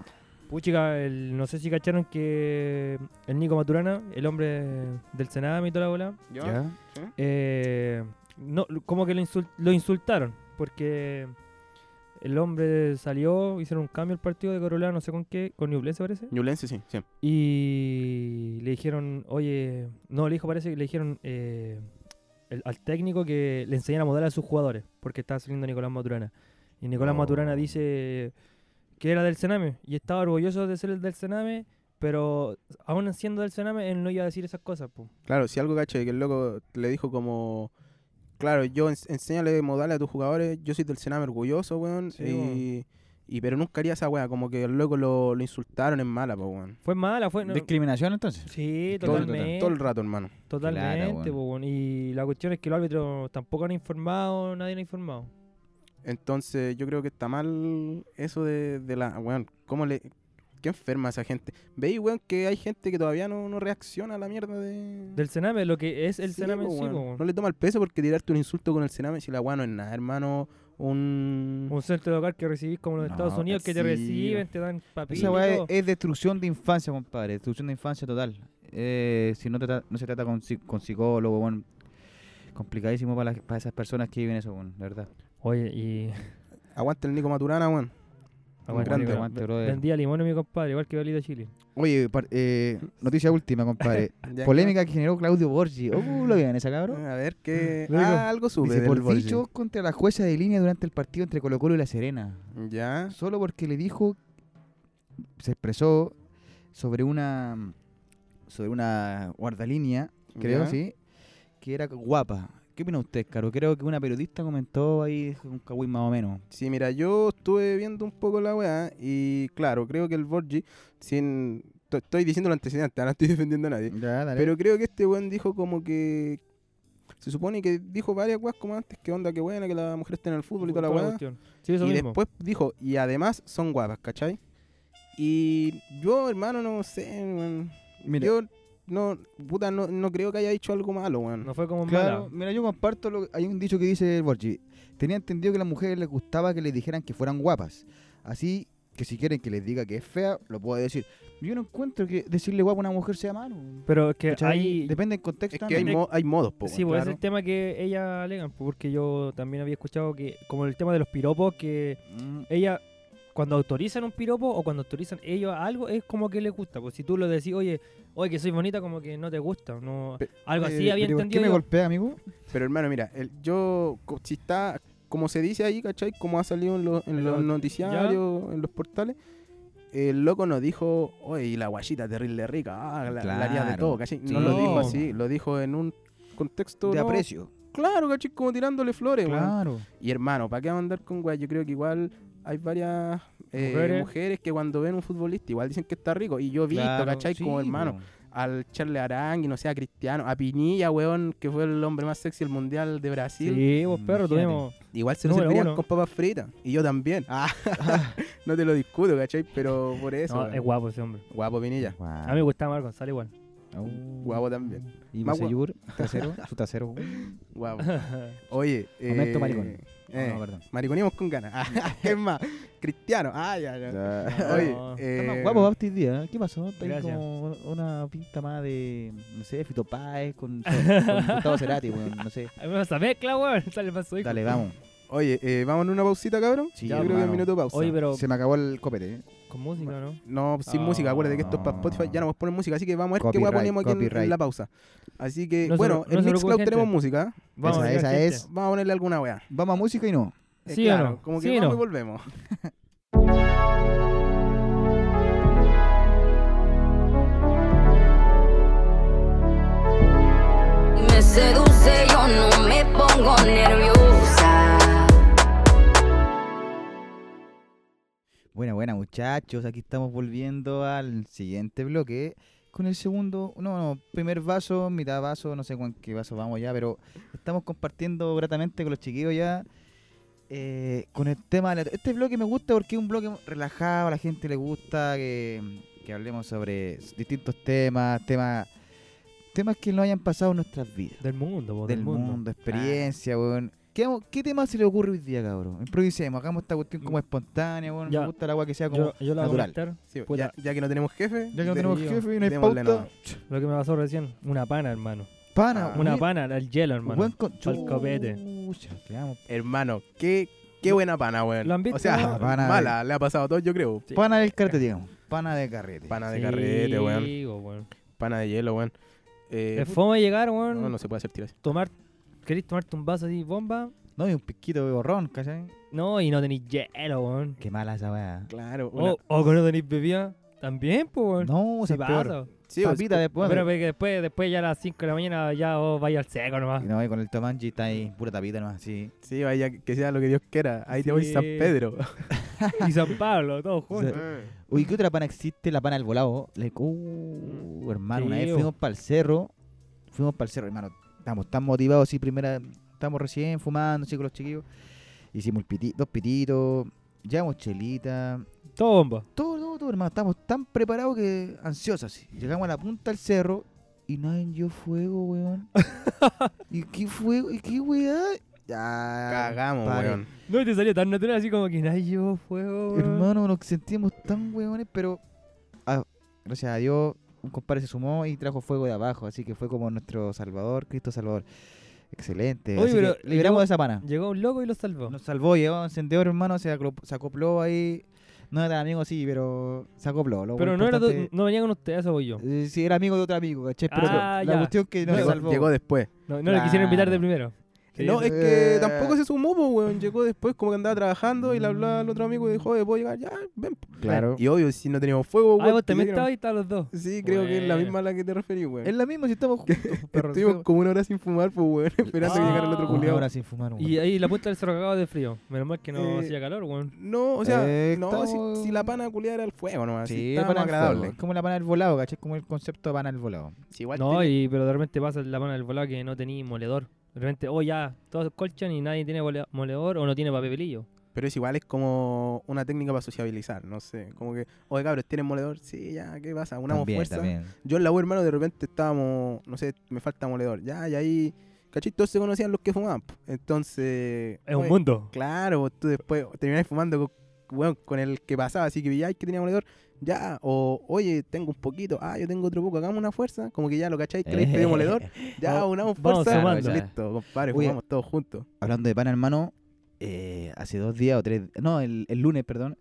D: Puchica, el- no sé si cacharon que el Nico Maturana, el hombre del Senado y toda la bola,
B: ¿Ya?
D: eh, no, como que lo, insul- lo insultaron, porque el hombre salió, hicieron un cambio al partido de Corolá, no sé con qué, con Ñublense parece,
B: Ñublense, sí, sí.
D: y le dijeron, oye, no, le dijo parece que le dijeron eh, el- al técnico que le enseñara a modelar a sus jugadores, porque estaba saliendo Nicolás Maturana. Y Nicolás
C: Oh.
D: Maturana dice que era del Sename y estaba orgulloso de ser el del Sename, pero aún siendo del Sename, él no iba a decir esas cosas. po.
B: Claro, si algo caché que el loco le dijo como. Claro, yo ens- enséñale modales a tus jugadores. Yo soy del Sename orgulloso, weón.
D: Sí,
B: y, y- pero nunca haría esa weá. Como que el loco lo, lo insultaron en mala, po, weón.
D: Fue mala, fue... no-
C: Discriminación entonces.
D: Sí,
C: Todo el-
D: totalmente.
B: Todo el rato, hermano.
D: Totalmente,
C: Claro, weón.
D: po, weón. Y la cuestión es que los árbitros tampoco han informado, nadie ha informado.
B: Entonces, yo creo que está mal eso de, de la. Weón, ¿cómo le.? ¿Qué enferma esa gente? ¿Veis, weón, que hay gente que todavía no, no reacciona a la mierda de.
D: Del Sename, lo que es el
B: Sí,
D: Sename
B: po,
D: en sí,
B: weón.
C: pues,
D: po, weón.
B: No le toma el peso porque tirarte un insulto con el Sename si la weá no es nada, hermano. Un.
D: Un centro de hogar que recibís como los de
C: No,
D: Estados Unidos, que te
C: sí,
D: reciben, te dan papel.
C: Esa weá es, es destrucción de infancia, compadre. Destrucción de infancia total. Eh, si no, trata- no se trata con, psi- con psicólogo, weón. Complicadísimo para, las- para esas personas que viven eso, weón, la verdad.
D: Oye, y.
B: Aguante el Nico Maturana, weón.
D: Aguante,
B: grande.
D: weón.
C: Aguante, brother.
D: Vendía limón mi compadre, igual que Valida Chile.
C: Oye, par- eh, noticia última, compadre.
B: Ya
C: Polémica que generó Claudio Borgi. Uh, lo vieron esa
B: que-
C: cabrón.
B: A ver qué.
D: Luego,
B: Ah, algo sube.
C: Mm, Dice,
B: del
C: por
B: Borgi.
C: dicho contra la jueza de línea durante el partido entre Colo Colo y La Serena.
B: Ya.
C: Solo porque le dijo, se expresó sobre una sobre una guardalínea, creo,
B: ya.
C: sí, que era guapa. ¿Qué opina usted, Caro? Creo que una periodista comentó ahí un cagüín más o menos.
B: Sí, mira, yo estuve viendo un poco la weá y claro, creo que el Borgi, sin. to- Estoy diciendo lo antecedente, ahora no estoy defendiendo a nadie.
C: Ya, dale.
B: Pero creo que este weón dijo como que. Se supone que dijo varias weas como antes, que onda, que buena, que la mujer está en el
C: Uh,
B: fútbol y toda la
D: Toda la
B: weá.
D: cuestión. Sí, eso
B: Y
D: mismo.
B: después dijo, y además son guapas, ¿cachai? Y yo, hermano, no sé, weón.
C: Mira.
B: Yo no, puta, no, no creo que haya dicho algo malo, weón.
D: No fue como
C: Claro,
D: mala.
C: mira, yo comparto, lo, hay un dicho que dice el Borgi. Tenía entendido que a las mujeres les gustaba que les dijeran que fueran guapas. Así que si quieren que les diga que es fea, lo puedo decir. Yo no encuentro que decirle guapa a una mujer sea malo.
D: Pero es que
C: ¿cachai?
D: hay.
C: Depende del contexto.
B: Es que hay,
C: también.
B: mo- hay modos, po,
D: Sí,
B: weón.
D: pues ese
B: Claro.
D: es el tema que ella alegan, po, porque yo también había escuchado que, como el tema de los piropos, que
C: Mm,
D: ella cuando autorizan un piropo o cuando autorizan ellos algo es como que les gusta. Pues si tú lo decís, oye, oye que soy bonita, como que no te gusta, no,
B: Pe-
D: algo así
C: eh,
D: había
C: pero ¿por
D: entendido.
C: ¿Qué me
D: yo.
C: golpea, amigo?
B: Pero hermano, mira, el, yo, co- si está, como se dice ahí, ¿cachai? Como ha salido en los, en
D: En
B: los
D: los-
B: noticiarios, en los portales, el loco nos dijo, oye, y la guayita terrible rica, ah, la, la haría de
C: Claro.
B: todo, ¿cachai?
C: Sí.
B: No lo dijo
D: No.
B: así, lo dijo en un contexto
C: De
B: no,
C: aprecio.
B: Claro, ¿cachai? Como tirándole flores, weón.
C: Claro.
B: Y hermano, ¿para qué andar con guay? Yo creo que igual hay varias eh,
D: Mujeres.
B: mujeres. que cuando ven un futbolista igual dicen que está rico. Y yo he visto,
C: Claro,
B: ¿cachai?
C: sí,
B: como hermano,
C: po.
B: al Charles Arangui, no sé, a Cristiano, a Pinilla, weón, que fue el hombre más sexy del Mundial de Brasil.
D: Sí, vos perro,
C: Imagínate.
D: tuvimos.
B: Igual se lo
D: Número
B: servirían
D: uno.
B: con papas fritas. Y yo también. Ah, no te lo discuto, ¿cachai? Pero por eso.
D: No,
B: weón.
D: es
C: eh,
D: guapo ese hombre.
B: guapo Pinilla.
C: Ah.
D: A mí me gustaba Mar González igual.
C: Guau.
B: Guapo también.
C: Y
B: Más guapo.
C: Masayur, trasero, su trasero. Uh,
B: Guapo. Oye. eh,
C: Momento maricón.
B: eh,
C: No, perdón.
B: mariconismos con ganas. Ah, es más? Cristiano. Ah, ya, ya. Oye.
D: No.
B: eh,
C: Está más guapo Bapti hoy día. ¿eh? ¿Qué pasó? Está ahí
D: Gracias.
C: como una pinta más de, no sé, Fito Páez con, con Gustavo Cerati, weón, no sé.
D: A mí me gusta mezcla, weón. Sale más hijo.
C: Dale, vamos.
B: Oye, eh, vamos en una pausita, cabrón.
C: Sí,
B: yo creo que
C: hermano.
B: un minuto pausa.
D: Oye, pero
C: Se me acabó el copete. ¿eh?
D: con música, ¿no?
B: No, sin
D: Ah.
B: música, acuérdate que esto es para Spotify, ya no vamos a poner música, así que vamos a ver qué
C: Copyright,
B: guay ponemos aquí en- en,
C: copyright.
B: la pausa. Así que,
D: No se-
B: bueno,
D: no se
B: en
D: preocupe,
B: Mixcloud
D: gente.
B: tenemos música, ¿eh?
D: a
C: Esa-
D: llegar,
C: esa
D: gente.
C: es.
B: vamos a ponerle alguna weá.
C: Vamos a música y no.
B: Eh,
D: ¿Sí o
B: claro,
D: no?
B: como que
D: ¿Sí o
B: vamos
D: no?
B: y volvemos.
E: Me seduce, yo no me pongo nerviosa.
C: Buena, buena, muchachos. Aquí estamos volviendo al siguiente bloque. Con el segundo, no, no, primer vaso, mitad vaso, no sé con qué vaso vamos ya, pero estamos compartiendo gratamente con los chiquillos ya. eh, con el tema de la- Este bloque me gusta porque es un bloque relajado, a la gente le gusta que, que hablemos sobre distintos temas, temas, temas que no hayan pasado en nuestras vidas.
D: Del mundo, po,
C: Del mundo, experiencia, weón. ¿Qué, vamos- qué tema se le ocurre hoy día, cabrón? Improvisemos, hagamos esta cuestión como espontánea, weón.
D: Mm, Ya.
C: Me gusta el agua que sea como.
D: Yo, yo la voy a
C: natural.
D: comentar.
B: Sí, ya,
D: Puta.
B: ya que no tenemos jefe.
C: Ya que no
B: de-
C: tenemos
D: yo-
C: jefe y no hay
B: démosle
C: pauta.
B: nomás.
D: Lo que me pasó recién. Una pana, hermano.
C: Pana,
B: Ah,
D: Una
C: mira,
D: pana, al hielo, hermano.
C: buen con-
D: pa'l copete.
C: Chucha, quedamos.
B: Hermano, qué, qué buena pana, weón.
D: ¿Lo han visto?
B: O sea,
C: Ah, pana de-
B: mala, le ha pasado a todos, yo creo.
D: Sí.
C: Pana del carrete, digamos. Pana de carrete.
B: Pana de
D: Sí,
B: carrete, weón.
D: bo, weón.
B: Pana de hielo, weón. Eh,
D: Es fome llegar, weón.
B: no, no se puede hacer tiras.
D: Tomar, ¿Querés tomarte un vaso así, bomba?
C: No, y un piquito de borrón, ¿cachai?
D: No, y no tenéis hielo, weón.
C: Qué mala esa weá.
B: Claro,
D: O, o que no tenéis bebida. También, pues, weón.
C: No,
D: Sí
C: se peor.
D: pasa.
B: sí,
C: Papita después.
D: Pero que después, después ya a las 5 de la mañana ya vos vais al seco nomás.
C: Y no, y con el Tomanji está ahí, pura tapita nomás, sí.
B: sí, vaya, que sea lo que Dios quiera. Ahí te voy
D: Sí.
B: San Pedro.
D: Y San Pablo, todos juntos.
C: Uy, ¿qué otra pana existe? La pana del volado. Like, uh, hermano, una
D: Sí,
C: vez
D: bo.
C: fuimos para el cerro. Fuimos para el cerro, hermano. Estamos tan motivados, sí, primera. Estamos recién fumando, sí, con los chiquillos. Hicimos el piti- dos pititos. Llevamos chelita.
D: Todo bomba.
C: Todo, todo, todo, hermano. Estamos tan preparados que ansiosos, sí. Llegamos a la punta del cerro y nadie dio fuego, weón. ¿Y qué fuego? ¿Y qué weá? Ya,
B: Cagamos,
C: pare.
B: weón.
D: No, y te salió tan natural así como que nadie llevó fuego, weón.
C: Hermano, nos sentimos tan hueones, pero ah, gracias a Dios, un compadre se sumó y trajo fuego de abajo, así que fue como nuestro salvador, Cristo salvador. Excelente.
D: Oye,
C: así que
D: pero
C: liberamos
D: llegó-
C: a esa pana.
D: Llegó un loco y lo salvó.
C: Nos salvó, llevaba un encendedor, hermano, se, aclo- se acopló ahí. No era tan amigo, sí, pero se acopló. Lo
D: Pero no, era
C: importante-
D: tu- no venía con ustedes, eso voy yo.
C: Eh, sí, era amigo de otro amigo, ¿cachai? Pero
D: Ah,
C: la
D: ya.
C: cuestión que nos
B: Llegó,
C: salvó.
B: llegó después.
D: No, no le quisieron invitar de
C: Claro.
D: primero. Sí,
B: no,
D: eso-
B: es que
C: Eh.
B: tampoco se sumó, pues, weón. Llegó después, como que andaba trabajando y le hablaba al otro amigo y dijo, oye, puedo llegar, ya, ven.
C: Claro.
B: Y obvio, si no teníamos fuego,
D: Ah,
B: weón.
D: vos
B: te
D: también
B: dijeron-
D: estabas y estaban los dos.
B: Sí, creo que es la
D: Bueno.
B: misma a la que te referí,
C: Es
B: weón.
C: la misma si estamos juntos, perro.
B: Estuvimos como una hora sin fumar, pues, weón, esperando que
D: Ah.
B: llegara el otro
D: Una
B: culiao.
C: Ahora sin fumar, weón.
D: Y ahí la punta del cerro cagado de frío. Menos mal que no
B: Eh,
D: hacía calor, weón.
B: No, o sea,
C: Eh,
B: no,
C: estamos-
B: si, si la pana culiada era el fuego nomás.
C: Sí,
B: si
C: es
B: estaba
C: pana
B: más
C: al fuego,
B: agradable.
C: Es como la pana del volado, ¿cachai? Como el concepto de pana del volado.
B: Si igual
D: No,
B: tenía-
D: y, pero de repente pasa la mano del volado que no tenía moledor. De repente, oh ya, todos colchan y nadie tiene volea- moledor o no tiene papelillo.
B: Pero es igual, es como una técnica para sociabilizar, no sé. Como que, oye, cabros, ¿tienen moledor? Sí, ya, ¿qué pasa? Unamos
C: también,
B: fuerza.
C: también.
B: Yo en la U, hermano, de repente estábamos, no sé, me falta moledor. Ya, y ahí, ¿cachai? Todos se conocían los que fumaban. po. Entonces.
D: Es un
B: oye,
D: mundo.
B: Claro, vos tú después terminás fumando con, weón, con el que pasaba, así que pilláis que tenía moledor, ya, o oye, tengo un poquito, ah, yo tengo otro poco, hagamos una fuerza, como que ya lo cacháis que le
C: Eh,
B: pedí moledor, ya,
D: Eh. Vamos-
B: unamos
D: vamos
B: fuerza,
D: sumando.
B: listo, compadre,
C: Oye.
B: jugamos todos juntos.
C: Hablando de pana, hermano, eh, hace dos días o tres. No, el, el lunes, perdón.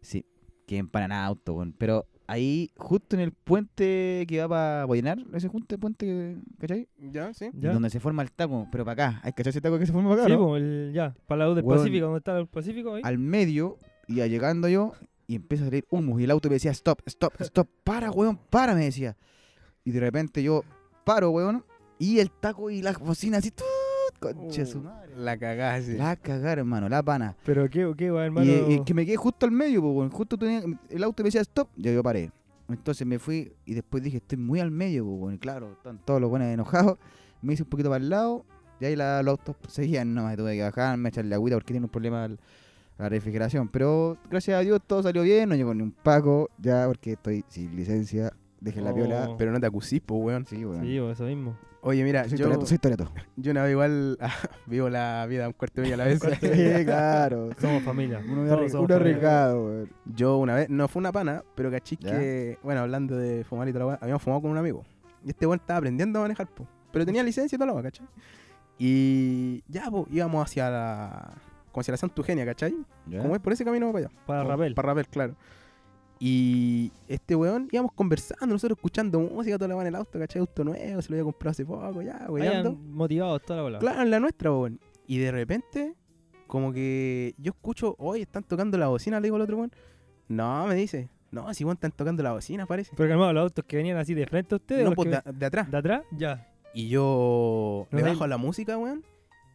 C: Sí, que en Paraná auto, weón. Pero ahí, justo en el puente que va para Boyenar, ese junte puente, que- ¿cachai?
B: Ya, sí.
D: ¿Ya?
C: Donde se forma el taco, pero para acá. ¿Hay cachai ese taco que se forma para acá?
D: Sí,
C: no?
D: po, el- ya, para la U del
C: Weón.
D: Pacífico, ¿dónde está el Pacífico? Ahí.
C: Al medio, iba llegando yo, y empieza a salir humo. Y el auto me decía, stop, stop, stop, para, weón, para, me decía. Y de repente yo paro, weón, y el taco y las bocinas así, tut, concha de su
B: Uh,
C: madre.
B: La cagás, sí.
C: La cagar, hermano, la pana.
D: Pero qué, qué, weón, hermano.
C: Y, eh, que me quedé justo al medio, po, weón. Justo tenía, el auto me decía stop, ya yo paré. Entonces me fui y después dije, estoy muy al medio, po, weón. Y claro, están todos los buenos enojados. Me hice un poquito para el lado y ahí la- los autos seguían. No, me tuve que bajarme, echarle agüita porque tiene un problema al- la refrigeración. Pero gracias a Dios todo salió bien, no llegó ni un paco, ya porque estoy sin licencia. Dejé la piola.
D: Oh.
B: Pero no te acusís, po, weón.
C: Sí, weón.
D: Sí, po, eso mismo.
B: Oye, mira,
C: soy
B: yo,
C: toreto, soy toreto.
B: yo una vez igual vivo la vida un cuarto de milla a la vez.
C: Sí, claro.
D: Somos familia.
C: Uno,
D: Todos
C: arre-
D: somos
C: uno
D: familia.
C: arriesgado, weón.
B: Yo una vez, no fue una pana, pero cachis
C: Ya.
B: que, bueno, hablando de fumar y toda la weá, habíamos fumado con un amigo. Y este weón estaba aprendiendo a manejar, po. Pero tenía licencia y toda la weá, ¿cachai? Y ya, po, íbamos hacia la. Como hacia la Santa Eugenia, ¿cachai?
C: ¿Ya?
B: Como es por ese camino para allá.
D: Para Rapel.
B: Para Rapel, claro. Y este weón íbamos conversando, nosotros escuchando música, toda la weá en el auto, ¿cachai? Auto nuevo, se lo había comprado hace poco, ya, weyando.
D: Hayan motivados toda la bola.
B: Claro, en la nuestra, po, weón. Y de repente, como que yo escucho, hoy están tocando la bocina, le digo al otro weón. No, me dice. No, si weón están tocando la bocina, parece.
D: Pero calmado, los autos que venían así de frente a ustedes.
B: No,
D: los
B: pues
D: que-
B: de, de atrás.
D: ¿De atrás? Ya.
B: Y yo
D: No,
B: le
D: de-
B: bajo a la música, weón.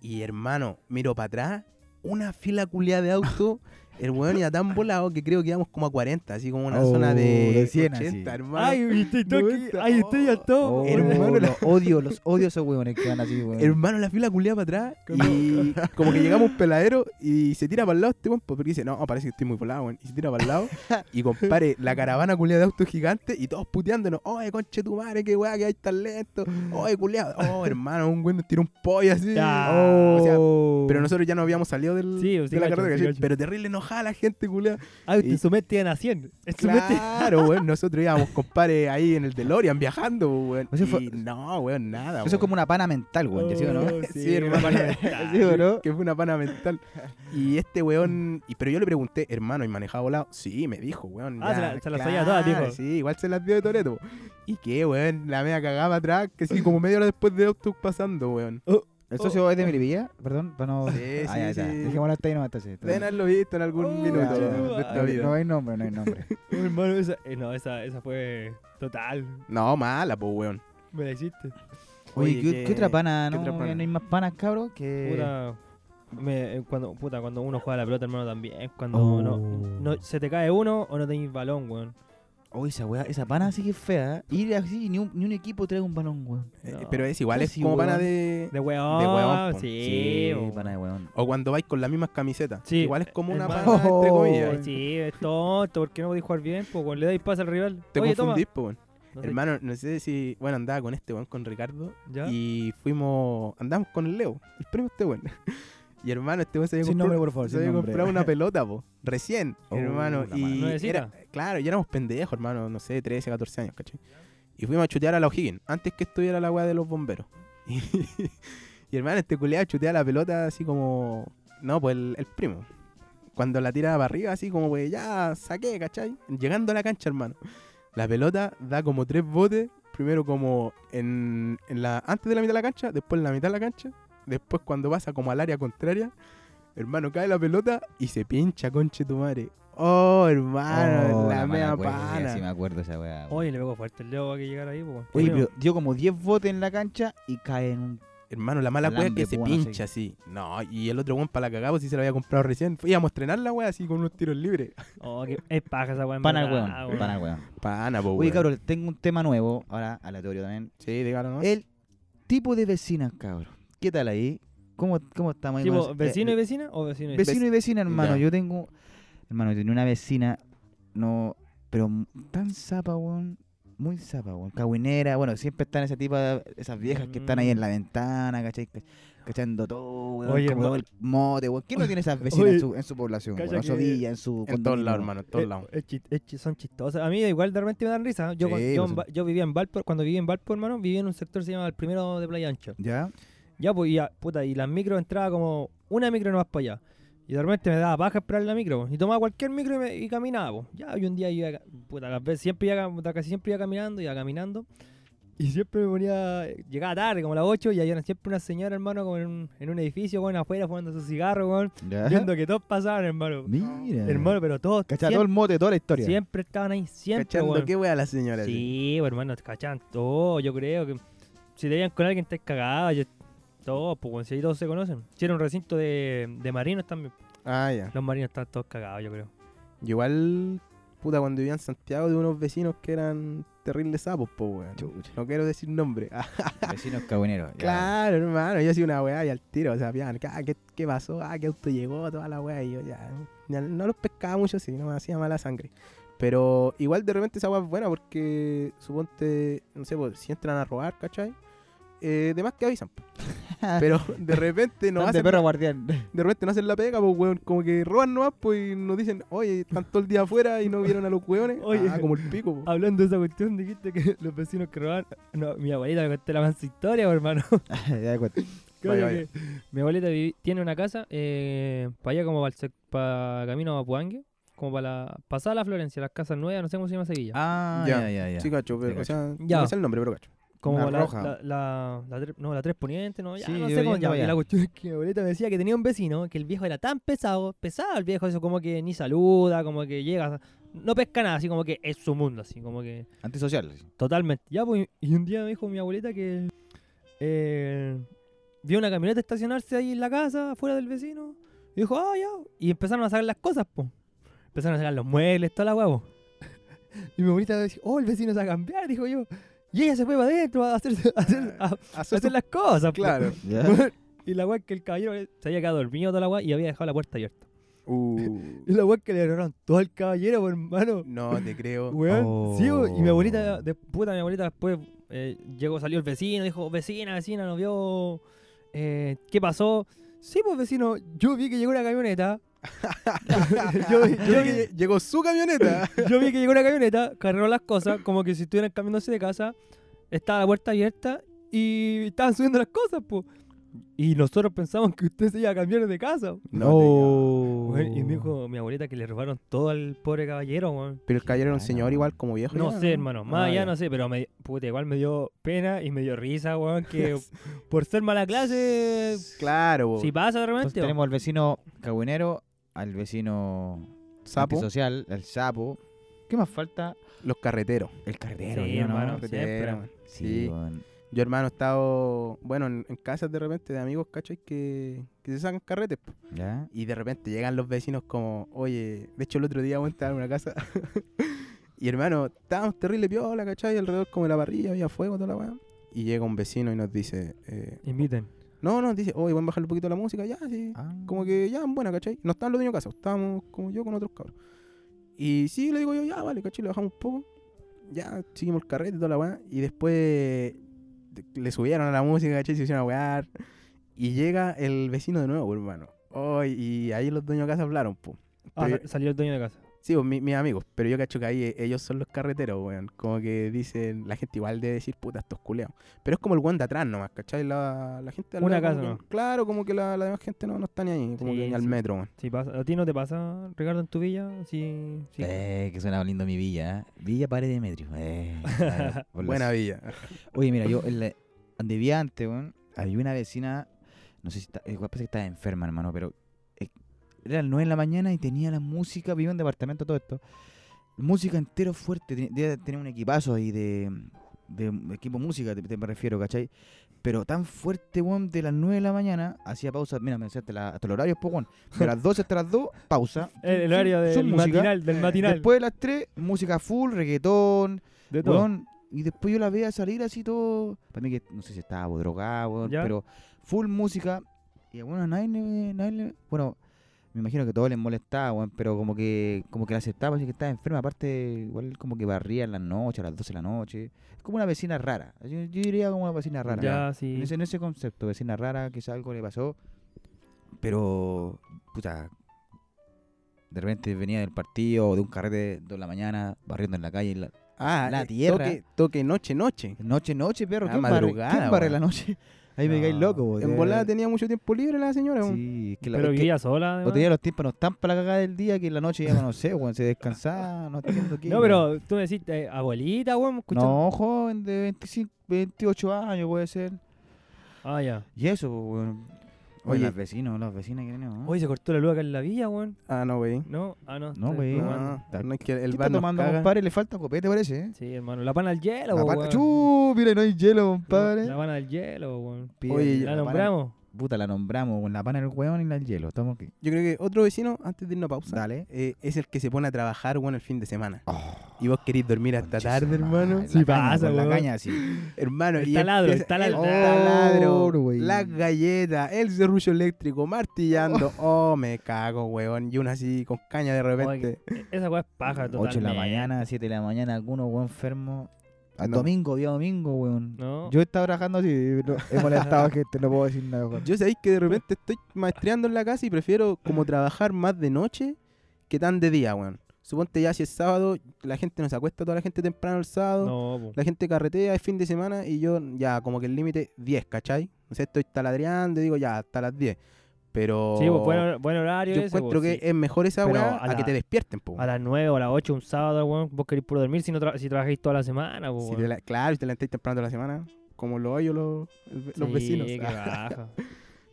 B: Y hermano, miro para atrás, una fila culiada de auto El weón era tan volado que creo que íbamos como a 40, así como una
C: Oh,
B: zona de,
C: de 100 así.
B: 80, hermano.
D: Ay, viste, toque. Ay, estoy a todo.
C: Oh,
B: hermano,
C: no,
B: la-
C: los odio, los odio esos huevones que van así,
D: Mm.
C: weón.
B: Hermano, la fila culeaba para atrás y como que llegamos a un peladero y se tira para el lado este weón, porque dice, no, parece que estoy muy volado, weón. Y se tira para el lado y compare la caravana culeada de autos gigantes y todos puteándonos, oye, conche tu madre, qué weá, que hay tan lento, oye, culeado, oh, hermano, un weón nos tiró un pollo así.
D: Ya.
B: O sea,
C: Oh.
B: pero nosotros ya no habíamos salido del,
D: Sí, sí
B: de la
D: cacho,
B: carrera,
D: sí
B: ¿cachai?
D: cacho.
B: pero terrible enojada la gente, culeada.
D: Ay,
B: y-
D: usted su mente iban a 100. En su mente-
B: Claro, weón, nosotros íbamos, compadre, ahí en el DeLorean viajando, weón.
C: O sea, fue-
B: Y no, weón, nada.
C: Eso es como una pana mental, weón, ¿sí o no?
D: Oh,
B: Sí, hermano.
D: hermano.
C: ¿Sí o no?
B: que fue una pana mental. Y este weón, y, pero yo le pregunté, hermano, ¿y manejaba volado? Sí, me dijo, weón.
D: Ah, se la- se las sabía todas,
B: claro,
D: dijo.
B: Sí, igual se las dio de Toreto. ¿Y qué, weón? La media cagaba atrás, que sí, como media hora después de auto pasando, weón.
C: ¿El socio es de Melipilla? Perdón, para no...
B: Sí, sí,
C: Ah, ya, ya.
B: sí.
C: Dejémoslo hasta ahí nomás, hasta ahí.
B: Deben haberlo visto en algún
D: Oh,
B: minuto
D: ya,
B: de
D: ya.
B: esta
C: No,
B: vida.
C: No hay nombre, no hay nombre.
D: Oh, hermano, esa, eh, no, esa, esa fue total.
B: No, mala, pues, weón.
D: Me la hiciste.
C: Oye, ¿qué, qué otra pana?
B: qué
C: ¿No,
B: otra pana?
C: no hay más panas, cabros? Que...
D: Puta, me- eh, cuando, puta, cuando uno juega a la pelota, hermano, también. Cuando
C: Oh.
D: no, no- se te cae uno o no tenés balón, weón.
C: Oh, esa weá, esa pana sí que es fea. ¿eh? Ir así, ni un, ni un equipo trae un balón, weón.
B: Eh,
D: No.
B: Pero es igual, es
C: Sí,
B: como pana
C: weón.
B: de...
D: De weón.
B: weón, po.
D: sí, weón.
C: Eh, pana de weón.
B: O cuando vais con las mismas camisetas.
D: Sí, eh,
B: Igual es como una pana,
D: hermano.
B: entre
D: Ay,
B: comillas.
D: sí, es tonto, ¿por qué no podés jugar bien? Pues, weón, le dais pase al rival.
B: Te
D: Oye, toma.
B: confundís, pues, weón.
D: No sé,
B: Hermano, no sé si... Bueno, andaba con este weón, con Ricardo.
D: ¿ya?
B: Y fuimos, andamos con el Leo, el primo de este weón. Y hermano, este weón se había
C: Sin
B: comprado,
C: nombre, por
B: se
C: favor, sin
B: había
C: nombre.
B: comprado una pelota, po, recién,
C: Oh,
B: hermano.
C: la
B: Y
D: mala. ¿Nuevecita?
B: era- claro, y éramos pendejos, hermano, no sé, 13, 14 años, ¿cachai? Y fuimos a chutear a la O'Higgins, antes que estuviera la weá de los bomberos. Y, hermano, este culeado chutea la pelota así como. No, pues el, el primo. Cuando la tira para arriba, así como, pues ya saqué, ¿cachai? Llegando a la cancha, hermano. La pelota da como tres botes. Primero como en, en la antes de la mitad de la cancha, después en la mitad de la cancha, después cuando pasa como al área contraria, hermano, cae la pelota y se pincha, conche tu madre. Oh, hermano,
C: Oh,
B: la,
C: pana,
B: mea
C: weón,
B: pana.
C: Sí, me acuerdo esa weá. weón.
D: Oye, le pegó fuerte el dedo para que llegara ahí, pues, weón.
C: Oye,
D: Bueno,
C: pero dio como 10 botes en la cancha y cae en un...
B: Hermano, la mala wea es
C: Alambre,
B: que se
C: pues, bueno,
B: pincha así. No, y el otro weón para la cagada, pues si se la había comprado recién. Íbamos a estrenar la wea así con unos tiros libres.
D: Oh, que es paja esa weón.
C: Pana al weón, pana al weón.
B: Pana, po,
C: Oye,
B: weón.
C: cabros, tengo un tema nuevo, ahora aleatorio también.
B: Sí, dígalo,
D: Eh,
B: ¿no?
C: El tipo de vecinas, cabros. ¿Qué tal ahí? ¿Cómo, cómo estamos ahí? con
D: Tipo,
C: eso?
D: pues, ¿vecino
C: Eh,
D: y vecina o vecino y
C: Vecino y vecina, hermano.
B: Ya.
C: Yo tengo. Hermano, yo tenía una vecina. No. Pero m- tan zapa, weón. Muy zapa, weón. Cagüinera. Bueno, siempre están ese tipo de. Esas viejas que están ahí en la ventana, ¿cachai? Cach- Cachando todo, weón.
D: Mm. Oye,
C: como
D: hermano.
C: todo el mote, weón. ¿Quién no tiene esas vecinas
D: Oye,
C: en, su, en su población, weón?
D: calla
C: En su
D: que-
C: villa, en su.
B: En todos lados, hermano, en todos
D: Eh,
B: lados.
D: es chi- es chi- son chistosas. A mí igual de repente me dan risa. Yo,
C: Sí,
D: cuan- yo, en
C: pues,
D: Va- yo vivía en Valpo, cuando vivía en Valpo, hermano, vivía en un sector que se llamaba el primero de Playa Ancha.
C: ¿Ya?
D: Ya, pues, y, ya, puta, y las micro entraba como una micro no vas para allá. Y de repente me daba paja esperar la micro, po. y tomaba cualquier micro y, me- y caminaba, po. Ya, y un día iba, ca- puta, las veces siempre iba, ca- puta, casi siempre iba caminando, iba caminando. Y siempre me ponía, llegaba tarde, como a las 8, y había una- siempre una señora, hermano, como en un, en un edificio, con afuera, fumando su cigarro, con,
C: ¿Ya?
D: viendo que todos pasaban, hermano.
C: Mira.
D: Hermano, pero todos.
C: Cachá todo el mote, toda la historia.
D: Siempre estaban ahí, siempre,
B: Cachando
D: weón.
B: qué wea la señora. así.
D: Sí, pues, hermano, cachan todo. Yo creo que si te veían con alguien, te cagado. Yo, todo, pues, weón, si ahí todos se conocen. Si era un recinto de, de marinos también.
B: Ah, ya.
D: Los marinos están todos cagados, yo creo.
B: Yo igual, puta, cuando vivía en Santiago de unos vecinos que eran terribles sapos, po, weón.
C: Chucha,
B: No quiero decir nombre. Ah,
C: Vecinos cagüineros. ya.
B: claro, hermano, yo soy una weá y al tiro, o sea, pillaban, ah, ¿qué, ¿qué pasó? Ah, ¿qué auto llegó? Toda la weá y yo ya, ya no los pescaba mucho, sí, no me hacía mala sangre. Pero igual de repente esa weá es buena porque, suponte, no sé, pues, si entran a robar, ¿cachai? Eh, de más que avisan. po. Pero de repente no
C: Tan
B: hacen
C: de perro guardián.
B: de repente no hacen la pega, pues, weón, como que roban nomás, pues, y nos dicen, oye, están todo el día afuera y no vieron a los weones.
D: Oye.
B: Ah, como el pico, po.
D: Hablando de esa cuestión, dijiste que los vecinos que robaban. No, mi abuelita me contó la mansa historia, pues, hermano.
C: Ya, cuenta.
D: Coño,
B: vaya.
D: que Mi abuelita vivi- tiene una casa eh, para allá, como para, el sec- para camino a Puangue. Como para la pasada la Florencia, las casas nuevas, no sé cómo se llama esa villa.
C: Ah,
B: Ya.
C: ya, ya, ya.
B: Sí, cacho, pero,
C: Sí,
B: o sea,
D: Ya.
B: no sé el nombre, pero cacho.
D: Como
C: Una
D: la,
C: roja.
D: La, la, la tre- no, la tres poniente, no, ya
C: Sí,
D: no
C: yo
D: sé cómo
C: yendo
D: ya, y
C: allá.
D: La cuestión es que mi abuelita me decía que tenía un vecino, que el viejo era tan pesado, pesado el viejo, eso como que ni saluda, como que llega, no pesca nada, así como que es su mundo, así como que
C: Antisocial. sí.
D: totalmente. Ya, pues, y un día me dijo mi abuelita que eh, vio una camioneta estacionarse ahí en la casa, afuera del vecino, Y dijo, ah, ya. Y empezaron a sacar las cosas, po. Empezaron a sacar los muebles, toda la huevo. Y mi abuelita dijo, oh, el vecino se va a cambiar, dijo yo. Y ella se fue para adentro a hacer, a hacer, a- a
B: Hacer
D: hacer
B: su-
D: las cosas, po.
B: Claro.
C: ¿Ya?
D: Y la weá que el caballero se había quedado dormido toda la weá y había dejado la puerta abierta.
B: Uh,
D: Y la weá que le agarraron todo al caballero, po, hermano.
B: no te creo.
D: Weón, sí,
C: Oh.
D: weón. y mi abuelita, de puta, mi abuelita después eh, llegó, salió el vecino, dijo, vecina, vecina, nos vio, eh, ¿qué pasó? Sí, pues vecino, yo vi que llegó una camioneta,
B: yo, yo que llegó su camioneta.
D: yo vi que llegó una camioneta, cargaron las cosas, como que si estuvieran cambiándose de casa, estaba la puerta abierta y estaban subiendo las cosas, pues. Y nosotros pensamos que usted se iba a cambiar de casa.
C: No.
D: Weón, y me dijo mi abuelita que le robaron todo al pobre caballero, weón.
B: Pero el caballero era un
C: Qué
B: señor
C: bacana,
B: igual como viejo.
D: Ah, No
B: ya,
D: sé, hermano. Más
B: Ah,
D: allá
B: ya.
D: no sé, pero me, puta, igual me dio pena y me dio risa, weón, que por ser mala clase,
B: Claro, bo.
D: si pasa de
C: Entonces
D: repente.
C: tenemos al vecino cagüinero, al vecino
B: sapo,
C: social, al sapo. ¿Qué más falta?
B: los carreteros.
C: El cartero,
D: Sí,
C: yo, ¿no?
D: hermano,
B: Carretero,
D: siempre.
B: man.
C: Sí,
B: Sí.
C: weón.
B: Yo, hermano, he estado, bueno, en, en casas de repente de amigos, ¿cachai? Que, que se sacan carretes. po.
C: ¿Ya?
B: Y de repente llegan los vecinos como, oye, de hecho el otro día, bueno, estaba en una casa. y, hermano, estábamos terrible piola, ¿cachai? Alrededor como de la parrilla, había fuego, toda la weá. Y llega un vecino y nos dice, eh,
D: Inviten.
B: no, no, dice, oye, van a bajarle un poquito la música, ya, sí.
C: Ah.
B: Como que ya, buena, ¿cachai? No estaban los dueños de casa, estábamos como yo con otros cabros. Y sí, le digo yo, ya, vale, ¿cachai? Le bajamos un poco. Ya, seguimos el carrete y toda la weá. Y después de- le subieron a la música, ¿cachai? Se hicieron a wear. Y llega el vecino de nuevo, hermano. Oh, y ahí los dueños de casa hablaron, po.
D: Ah,
B: Pero-
D: sa- salió el dueño de casa.
B: Sí, pues, mi- mis amigos. Pero yo cacho que ahí eh, ellos son los carreteros, weón. Como que dicen, la gente igual de decir, puta, estos culeados. Pero es como el weón de atrás nomás, ¿cachai? La, la gente al
D: Una
B: lado
D: casa
B: como que-
D: nomás.
B: Claro, como que la, la demás gente no, no está ni ahí, como
D: Sí,
B: que ni al
D: sí.
B: metro, weón.
D: Si pasa, ¿A ti no te pasa, Ricardo, en tu villa? Sí. sí.
C: Eh, que suena lindo mi villa, ¿eh? Villa Pared de Metrio. Eh, claro, por los-
B: Buena villa.
C: Oye, mira, yo en la- donde vivía antes, weón, había una vecina, no sé si está, igual parece que estaba enferma, hermano, pero eh, era las 9 de la mañana y tenía la música, vivía en un departamento todo esto. Música entero fuerte, te- debía tener un equipazo ahí de, de equipo música, te, te me refiero, ¿cachai? Pero tan fuerte, weón, de las 9 de la mañana, hacía pausa, mira, me decía hasta, la- hasta los horarios, po, weón. De las 12 hasta las 2, pausa.
D: El, el horario
C: Su- su
D: del
C: música. Eh,
D: matinal, del matinal.
C: Después de las 3, música full, reggaetón,
D: de todo.
C: Weón, y después yo la veía salir así todo. Para mí que no sé si estaba drogada, weón,
D: Ya.
C: pero full música. Y bueno, a nadie, le- nadie le- Bueno, me imagino que todo les molestaba, weón, pero como que como que la aceptaba, así que estaba enferma. Aparte, igual como que barría en la noche, a las 12 de la noche. Es como una vecina rara. Yo, yo diría como una vecina rara.
D: ya, sí.
C: En, ese, en ese concepto, vecina rara, quizá algo le pasó. Pero, puta, de repente venía del partido o de un carrete de dos de la mañana, barriendo en la calle, y la,
B: Ah,
C: La
B: eh,
C: tierra.
B: Toque, toque noche, noche.
C: Noche, noche, perro.
B: Ah,
C: ¿Quién barre,
B: madrugada,
C: ¿quién barre
B: weón.
C: la noche? Ahí me
D: No.
C: caí loco, weón.
B: En volada tenía mucho tiempo libre la señora. weón.
C: eh, Sí, es que la,
D: Pero
C: es que
D: vivía sola, además.
C: los días los tiempos no están para la cagada del día, que en la noche ya no sé, weón. Se descansaba, no entiendo qué.
D: No,
C: weón.
D: pero tú me decís, eh, abuelita, weón, escuchando.
C: No, joven de 25, 28 años puede ser.
D: Ah, ya.
C: Y eso, pues, weón. Oye,
B: Oye.
C: los vecinos, las vecinas que tenemos. ¿no?
D: Hoy se cortó la luz acá en la villa, weón.
B: Ah, no, güey.
D: No, ah, no.
C: No,
D: estoy
C: wey.
D: tomando.
B: No, no es que
C: ¿Qué
B: el
C: está
B: bar nos
C: tomando,
B: caga.
C: compadre? Le falta copete, parece, ¿eh?
D: Sí, hermano. La pana al hielo,
C: La pana- eh.
D: weón.
C: ¡Chu! Mira, no hay hielo, compadre.
D: La pana al hielo, weón.
C: Pide-
B: Oye,
D: La
C: pana-
D: nombramos.
C: Puta, la nombramos, weón. La pana del weón y la del hielo. Estamos aquí.
B: Yo creo que otro vecino, antes de irnos a pausa,
C: Dale.
B: eh, es el que se pone a trabajar, bueno, el fin de semana.
C: Oh.
B: Y vos querés dormir hasta tarde, hermano.
D: Sí, pasa,
C: con La
D: weón.
C: caña, sí.
B: Hermano,
D: El
B: y
D: taladro, el
B: empieza-
D: taladro.
B: taladro,
C: Oh, güey.
B: las galletas, el serrullo eléctrico, martillando. Oh, me cago, weón. Y uno así con caña de repente.
D: Oye, Esa weá es paja, totalmente.
C: 8 de la mañana, 7 de la mañana, alguno, weón, enfermo. A
B: No.
C: domingo, día domingo, weón.
D: No.
C: Yo estaba trabajando así, no, he molestado a gente, no puedo decir nada. weón.
B: Yo sabéis que de repente estoy maestreando en la casa y prefiero como trabajar más de noche que tan de día, weón. Suponte ya si es sábado, la gente no se acuesta toda la gente temprano el sábado.
D: No, po.
B: La gente carretea, es fin de semana y yo ya como que el límite 10, ¿cachai? No sé, estoy taladreando y digo ya hasta las 10. Pero
D: Sí, pues buen, hor- buen horario.
B: yo
D: ese, po,
B: encuentro que
D: sí.
B: es mejor esa
D: Pero
B: weá
D: a
B: a,
D: la-
B: que te despierten, po.
D: A las 9 o a las 8, un sábado, weón. Vos querés puro dormir si, no tra- si trabajáis toda la semana, po,
B: Si
D: weón.
B: te la- claro, si te levantáis temprano toda la semana, como lo hoyo los, el ve- los
D: Sí,
B: vecinos. Ah,
D: qué baja.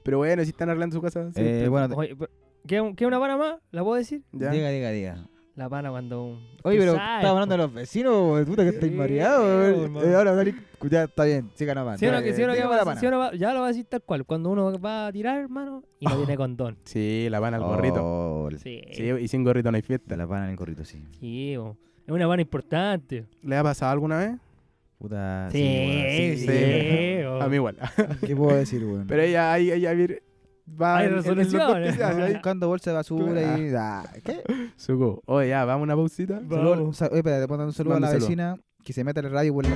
B: Pero bueno, si están arreglando su casa. sí,
C: Eh,
B: está-
C: bueno, te-
D: Oye, pero- ¿queda, un- queda una vara más? ¿La puedo decir?
B: ya.
C: diga, diga, diga.
D: la pana cuando.
C: Oye, pero
D: sabes,
C: estaba hablando de los vecinos, po, puta que estáis
D: Sí,
C: mareados.
D: po,
C: weón. Eh, Ahora salí- ya está bien, sigan nomás.
D: Si uno,
C: Ya,
D: que-
C: eh,
D: si uno que
C: sigan
D: va-
C: la pana.
D: si uno va- ya lo va a decir tal cual. Cuando uno va a tirar, hermano, y no tiene condón.
B: Sí, la pana al gorrito.
C: Oh,
D: Sí.
B: Sí, y sin gorrito no hay fiesta.
C: la pana en el gorrito, sí.
D: sí, bo. es una pana importante.
B: ¿Le ha pasado alguna vez?
C: Puta.
D: Sí,
C: weón,
D: sí,
C: Oh.
D: bo.
B: A mí igual.
C: ¿Qué puedo decir,
B: Pero
C: weón?
B: ella, ahí, ella vir- va
D: Hay
B: en- en los dos
D: resoluciones.
B: que se hace ahí.
C: buscando bolsa de basura y. Ah, ¿Qué?
B: Suco, oye, Oh, ya, vamos a una pausita.
D: Vamos.
C: Saludo- sa- Oye, espérate, te mando un saludo
B: Manda
C: a la
B: un saludo.
C: vecina que se mete a la radio, weón.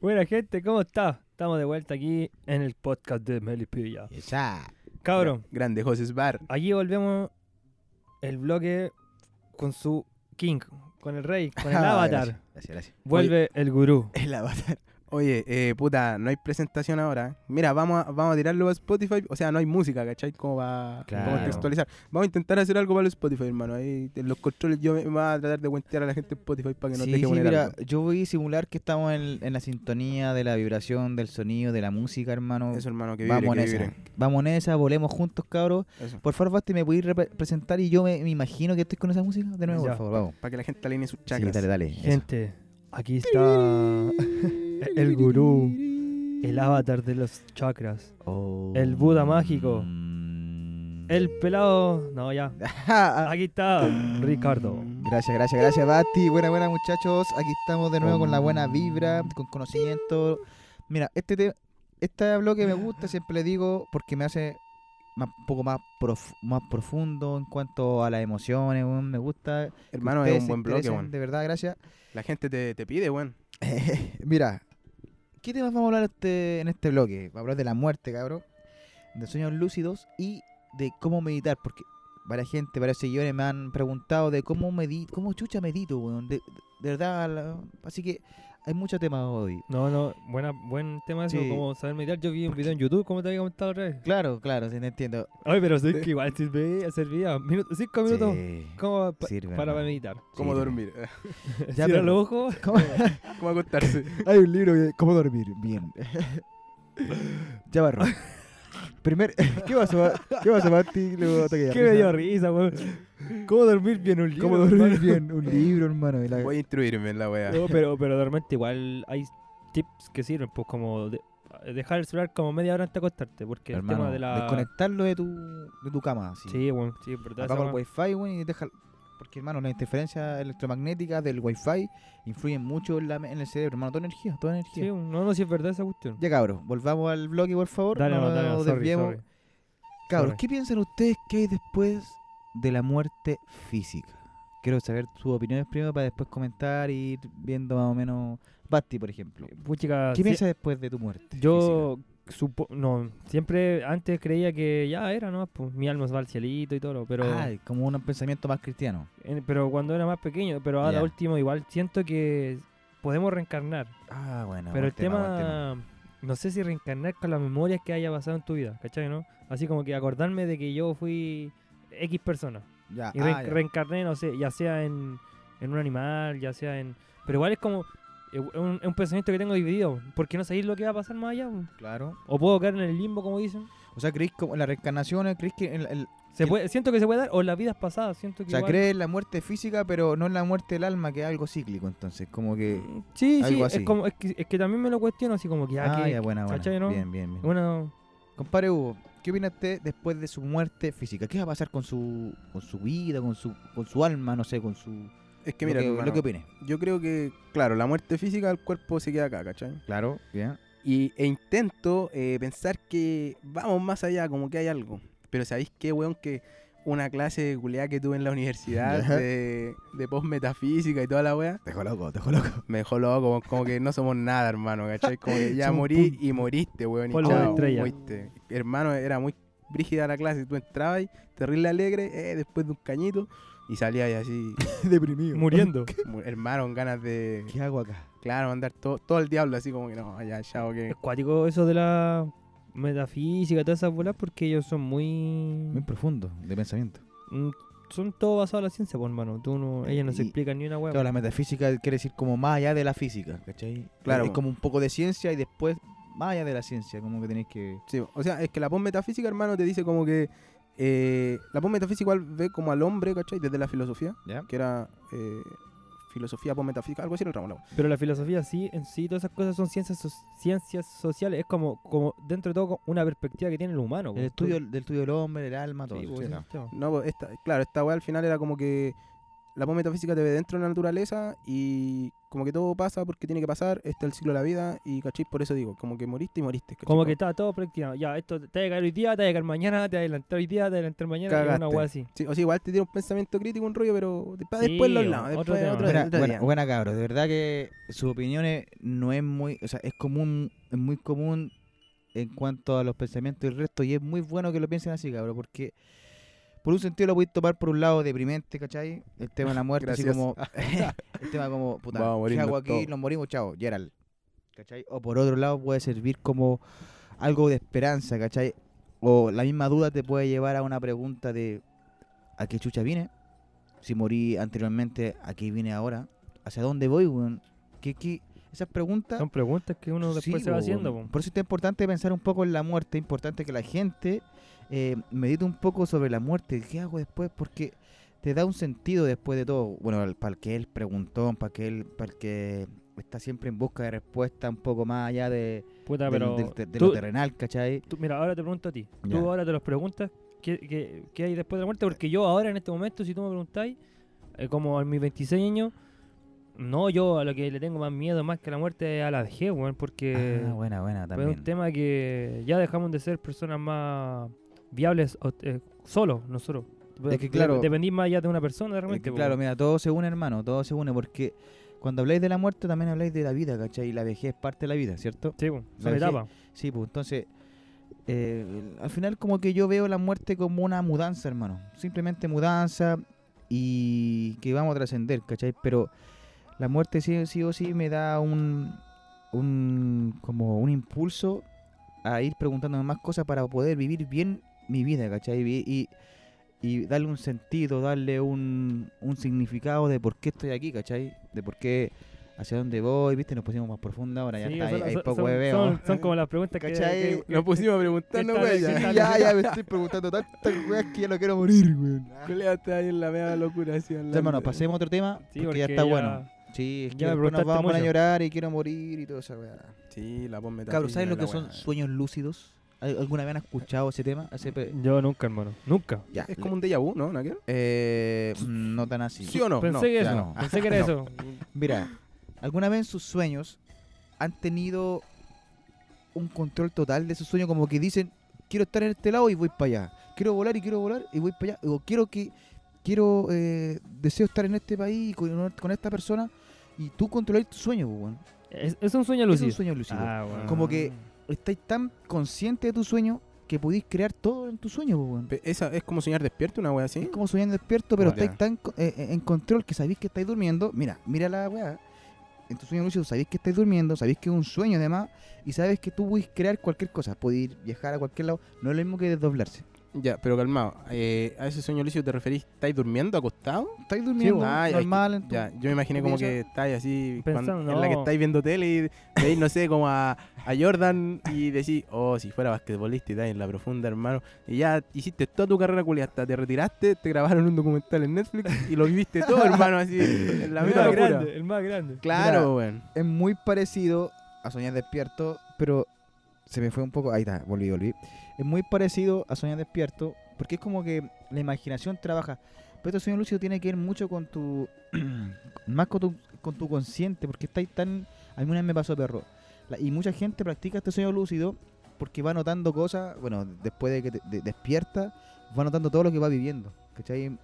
D: Buena gente, ¿cómo está? Estamos de vuelta aquí en el podcast de Melipilla.
C: Esa.
D: Cabrón,
B: Grande José Bar.
D: allí volvemos el bloque con su King, con el rey, con el
C: Ah,
D: avatar.
C: gracias, Gracias, gracias.
D: Vuelve el gurú.
B: El avatar. Oye, eh, puta, no hay presentación ahora. ¿eh? Mira, vamos a, vamos a tirarlo a Spotify. O sea, no hay música, ¿cachai? Como va a
C: Claro.
B: contextualizar. Vamos a intentar hacer algo para el Spotify, hermano. Ahí en los controles yo me, me voy a tratar de cuentear a la gente en Spotify para que nos
C: sí,
B: deje
C: sí,
B: poner
C: mira,
B: algo.
C: yo voy a simular que estamos en, en la sintonía de la vibración, del sonido, de la música, hermano.
B: Eso, hermano, que vibre,
C: Vamos en
B: que
C: esa.
B: vibre.
C: Vamos en esa, volemos juntos, cabros.
B: Eso.
C: Por favor, Basti, ¿me podéis repre- presentar y yo me, me imagino que estoy con esa música? De nuevo,
D: Ya.
C: por favor, vamos.
B: Para que la gente alinee sus
C: Sí,
B: chakras.
C: dale, dale. eso.
D: Gente, aquí está el gurú, el avatar de los chakras,
C: Oh,
D: el Buda mágico.
C: mm.
D: el pelado. No, ya. Aquí está Ricardo.
C: Gracias, gracias, gracias, Basti. Buena, buena, muchachos. Aquí estamos de nuevo con la buena vibra, con conocimiento. Mira, este te- este bloque me gusta, siempre le digo, porque me hace más- un poco más, prof- más profundo en cuanto a las emociones. weón. Me gusta. que
B: Hermano,
C: ustedes
B: es un
C: se
B: buen bloque,
C: interesen,
B: weón.
C: De verdad, gracias.
B: La gente te, te pide, weón.
C: Mira, ¿qué temas vamos a hablar este, en este bloque? Vamos a hablar de la muerte, cabrón, de sueños lúcidos y de cómo meditar, porque varias gente, varios seguidores me han preguntado de cómo medito, cómo chucha medito, weón, de, de verdad, la- así que hay muchos temas hoy.
D: No, no, buena, buen tema eso,
C: Sí.
D: como saber meditar. Yo vi un video en YouTube, como te había comentado otra vez.
C: Claro, claro, sí, te entiendo.
D: Ay, pero sé que igual sirve, servía minutos, cinco minutos
C: Sí,
D: como pa-
C: sirve,
D: para
C: hermano.
D: meditar.
B: ¿Cómo
C: Sí,
B: dormir?
C: Ya,
D: Cierra
C: pero-
D: los ojos.
C: ¿Cómo?
B: ¿Cómo acostarse?
C: Hay un libro de cómo dormir bien. ya barro. Primer, ¿qué pasó? ¿Qué pasó, Mati? Luego te quedé
D: Qué
C: risa.
D: me dio risa, weón. ¿Cómo dormir bien un libro?
C: ¿Cómo dormir bien? Un libro, hermano. y la-
B: Voy a instruirme en la weá.
C: Eh,
D: No, pero, pero realmente igual hay tips que sirven, pues como de- dejar el celular como media hora antes de acostarte, porque
C: hermano,
D: el tema de la...
C: Desconectarlo de tu, de tu cama. Así.
D: Sí, bueno, sí, es verdad.
C: Apaga
D: esa
C: el
D: weá.
C: wifi, weón, y deja... Porque, hermano, las interferencias electromagnéticas del wifi influyen mucho en, la me- en el cerebro, hermano. Toda energía, toda energía.
D: Sí, no, no, sí es verdad esa cuestión.
C: Ya, cabros, volvamos al bloque, por favor.
D: Dale,
C: no
D: no, dale, no,
C: nos
D: sorry,
C: desviemos.
D: sorry.
C: Cabros,
D: Sorry.
C: ¿qué piensan ustedes que hay después de la muerte física? Quiero saber sus opiniones primero para después comentar y ir viendo más o menos. Basti, por ejemplo.
D: Puchica,
C: ¿Qué
D: sí-
C: piensas después de tu muerte?
D: Yo supo no, siempre antes creía que ya era, ¿no? Pues, mi alma va al cielito y todo, pero,
C: física? Ah, como un pensamiento más cristiano.
D: en- pero cuando era más pequeño, pero ahora
C: Ya.
D: último igual siento que podemos reencarnar.
C: Ah, bueno. buen
D: pero el tema,
C: buen
D: no sé si reencarnar con las memorias que haya pasado en tu vida, ¿cachai, no? Así como que acordarme de que yo fui X persona.
C: Ya,
D: Y
C: ah,
D: reen-
C: ya.
D: reencarné, no sé, ya sea en, en un animal, ya sea en... Pero igual es como... eh, un- Es un pensamiento que tengo dividido, porque no sabéis lo que va a pasar más allá. po.
C: Claro.
D: O puedo caer en el limbo, como dicen.
C: O sea, ¿creéis como en las reencarnaciones? ¿Creéis que.? en el-
D: Se
C: Que-
D: puede, siento que se puede dar, o en las vidas pasadas, siento que
C: o sea,
D: igual-
C: crees en la muerte física, pero no en la muerte del alma, que es algo cíclico, entonces. Como que.
D: Mm, Sí, sí,
C: algo
D: es,
C: así.
D: como, es, que, es que también me lo cuestiono así como que... ah,
C: ah,
D: que-
C: ya, buena, buena.
D: ¿cachai, no?
C: Bien, bien, bien.
D: Bueno,
C: Compadre Hugo, ¿qué opina usted después de su muerte física? ¿Qué va a pasar con su, con su vida, con su, con su alma, no sé, con su...
B: Es que mira,
C: lo que,
B: hermano,
C: lo que opine.
B: yo creo que, claro, la muerte física, el cuerpo se queda acá, ¿cachai?
C: Claro, bien.
B: Y, e intento eh, pensar que vamos más allá, como que hay algo. Pero ¿sabéis qué, weón? Que una clase de culiá que tuve en la universidad
C: Ya.
B: de, de post-metafísica y toda la weá,
C: Dejo loco, dejo loco.
B: me dejó loco, como, como que no somos nada, hermano, ¿cachai? Como que ya
C: Somos
B: morí y moriste, weón. Y
D: Polvo
C: de
B: chao,
D: estrella.
B: fuiste. Hermano, era muy brígida la clase, tú entrabas y terrible alegre, eh, después de un cañito, y salías y así,
C: Deprimido.
D: muriendo.
B: mu- hermano, con ganas de,
C: ¿Qué hago acá?
B: claro, mandar todo, todo el diablo, así como que no, ya, chao, que...
D: es cuático eso de la metafísica y todas esas bolas porque ellos son muy...
C: Muy profundo, de pensamiento.
D: Mm, son todo basado en la ciencia, pues, hermano. Tú no, ella no se
C: Y-
D: explica ni una hueá.
C: Claro, la metafísica quiere decir como más allá de la física, ¿cachai?
B: Claro.
C: Es como un poco de ciencia y después más allá de la ciencia, como que tenéis que...
B: Sí, o sea, es que la postmetafísica, hermano, te dice como que. eh, la postmetafísica igual ve como al hombre, ¿cachai? Desde la filosofía,
C: ¿Ya?
B: que era eh, filosofía postmetafísica, algo así en el ramo. la wea.
D: Pero la filosofía sí, en sí, todas esas cosas son ciencias, so- ciencias sociales. Es como, como, dentro de todo, co- una perspectiva que tiene el humano.
C: El
D: pues.
C: estudio del estudio del hombre, el alma, todo
D: Sí,
C: eso.
D: pues,
C: sí,
D: ese
C: no.
D: sistema.
B: No, pues, esta, claro, esta weá al final era como que la postmetafísica te ve dentro de la naturaleza y como que todo pasa porque tiene que pasar, está el ciclo de la vida y, ¿cachai? Por eso digo, como que moriste y moriste. ¿cachai?
D: Como que está todo practicado. Ya, esto te va a caer hoy día, te va a caer mañana, te va a adelantar hoy día, te va a adelantar mañana. y Una
B: Cagaste.
D: hueá así.
B: Sí, o sea, igual te tiene un pensamiento crítico, un rollo, pero después,
D: Sí,
B: después lo
D: o-
B: hablamos.
D: otro
B: Después,
D: tema.
B: otro,
C: Buena,
B: otro
C: buena,
B: día.
C: buena, cabros, de verdad que sus opiniones no es muy, o sea, es común, es muy común en cuanto a los pensamientos del resto y es muy bueno que lo piensen así, cabros, porque por un sentido lo podéis tomar por un lado deprimente, ¿cachai? El tema de la muerte, así
B: Gracias.
C: como, el tema como, puta,
B: Vamos a
C: ¿qué
B: morirnos
C: hago aquí?
B: todos.
C: Nos morimos, chao, Gerald, ¿cachai? O por otro lado puede servir como algo de esperanza, ¿cachai? O la misma duda te puede llevar a una pregunta de, ¿a qué chucha vine? si morí anteriormente, ¿a qué vine ahora? ¿Hacia dónde voy, weón? ¿Qué, qué? Esas preguntas...
D: Son preguntas que uno después
C: sí, pues,
D: se va
C: weón.
D: haciendo. po.
C: Por eso es importante pensar un poco en la muerte, es importante que la gente eh, medite un poco sobre la muerte, ¿qué hago después? Porque te da un sentido después de todo. Bueno, al- para el que él preguntón, para que él, para el que está siempre en busca de respuesta un poco más allá de,
D: pues. Puta,
C: del-
D: pero.
C: del ter- de
D: tú-
C: lo terrenal, ¿cachai?
D: tú- mira, ahora te pregunto a ti.
C: Ya.
D: Tú ahora te los preguntas qué, qué- qué hay después de la muerte, porque yo ahora en este momento, si tú me preguntáis, eh, como en mis 26 años, no, yo a lo que le tengo más miedo más que a la muerte es a la vejez, weón, porque
C: Ah, buena, buena,
D: pues, es un tema que ya dejamos de ser personas más viables o- eh, solos nosotros.
C: Es que claro-
D: Dependís más ya de una persona
C: Es
D: realmente.
C: que, claro, mira, todo se une, hermano, todo se une, porque cuando habláis de la muerte también habláis de la vida, ¿cachai? Y la vejez es parte de la vida, ¿cierto?
D: Sí, weón,
C: La
D: son
C: vejez-
D: etapas.
C: Sí, pues entonces, eh, el- al final como que yo veo la muerte como una mudanza, hermano, simplemente mudanza y que vamos a trascender, ¿cachai? Pero la muerte sí, sí o sí me da un, un, como un impulso a ir preguntándome más cosas para poder vivir bien mi vida, ¿cachai? Vi- Y, y darle un sentido, darle un, un significado de por qué estoy aquí, ¿cachai? De por qué, hacia dónde voy, ¿viste? Nos pusimos más profunda, ahora ya
D: Sí,
C: está,
D: son-
C: hay, hay
D: son-
C: poco
D: son-
C: hueveo.
D: son- son como las preguntas que-
C: ¿Cachai?
D: que,
B: Nos pusimos a preguntar,
D: Esta
B: no,
D: vez
B: güey.
D: sí
B: Ya,
D: está-
B: ya, ya.
C: me estoy preguntando tantas weas que ya no quiero morir, weón.
B: Culea, está ahí en la media locura. Así, hablando.
C: hermano, pasemos a otro tema
D: Sí,
C: porque, ya
D: porque
C: está
D: ya-
C: bueno. Sí, es
D: ya
C: que después
D: me
C: nos
D: preguntaste
C: vamos a poner a
D: mucho.
C: llorar y quiero morir y todo esa weá.
B: Sí, la postmetafísica.
C: Cabros, ¿saben lo
B: es la
C: que son
B: wea.
C: sueños lúcidos? ¿Al- ¿Alguna vez han escuchado ese tema? Ese pe-
D: Yo nunca, hermano. Nunca.
C: Ya.
B: Es como un déjà vu, ¿no? ¿Naker?
C: Eh, no tan así.
B: ¿Sí o no?
D: pensé
B: No,
D: que
C: ya
D: eso.
C: no.
D: Pensé que era
C: No.
D: eso.
C: Mira, ¿alguna vez en sus sueños han tenido un control total de su sueño? Como que dicen, quiero estar en este lado y voy para allá. Quiero volar y quiero volar y voy para allá. O quiero que, quiero, eh, deseo estar en este país y con, con esta persona. Y tú controlas tu sueño, pues, weón.
D: Es, es un sueño
C: Es
D: lucido.
C: un sueño lúcido.
D: Ah, bueno.
C: Como que estáis tan consciente de tu sueño que podéis crear todo en tu sueño, pues, weón.
B: Pe- Esa es como soñar despierto, una wea
C: Es
B: así.
C: como soñando despierto, pero
B: Vale.
C: estáis tan co- eh, eh, en control que sabéis que estáis durmiendo. Mira, mira la weá. En tu sueño lúcido sabéis que estáis durmiendo, sabéis que es un sueño además, y sabes que tú podéis crear cualquier cosa, podéis ir, viajar a cualquier lado. No es lo mismo que desdoblarse.
B: Ya, pero calmado. eh, a ese sueño lícito te referís, ¿estáis durmiendo acostado?
C: Estáis durmiendo
B: bueno. Ah, ya,
C: normal, en tu-
B: Ya, yo me imaginé como que
C: piensas?
B: estáis así,
D: Pensando,
B: cuando- en la que
D: no.
B: estáis viendo tele y veis, no sé, como a, a Jordan y decís, oh, si fuera basquetbolista y estáis en la profunda, hermano. Y ya hiciste toda tu carrera culia, hasta te retiraste, te grabaron un documental en Netflix y lo viviste todo, hermano, así, en la
D: el
B: misma
D: más
B: locura.
D: grande, el más grande.
C: Mira,
B: Claro, weón.
C: es muy parecido a soñar despierto, pero se me fue un poco. Ahí está, volví, volví. Es muy parecido a soñar despierto, porque es como que la imaginación trabaja. Pero este sueño lúcido tiene que ver mucho con tu. más con tu, con tu consciente, porque estáis tan. Alguna vez me pasó perro. La- y mucha gente practica este sueño lúcido porque va notando cosas. Bueno, después de que te- de- despierta, va notando todo lo que va viviendo, ¿cachai?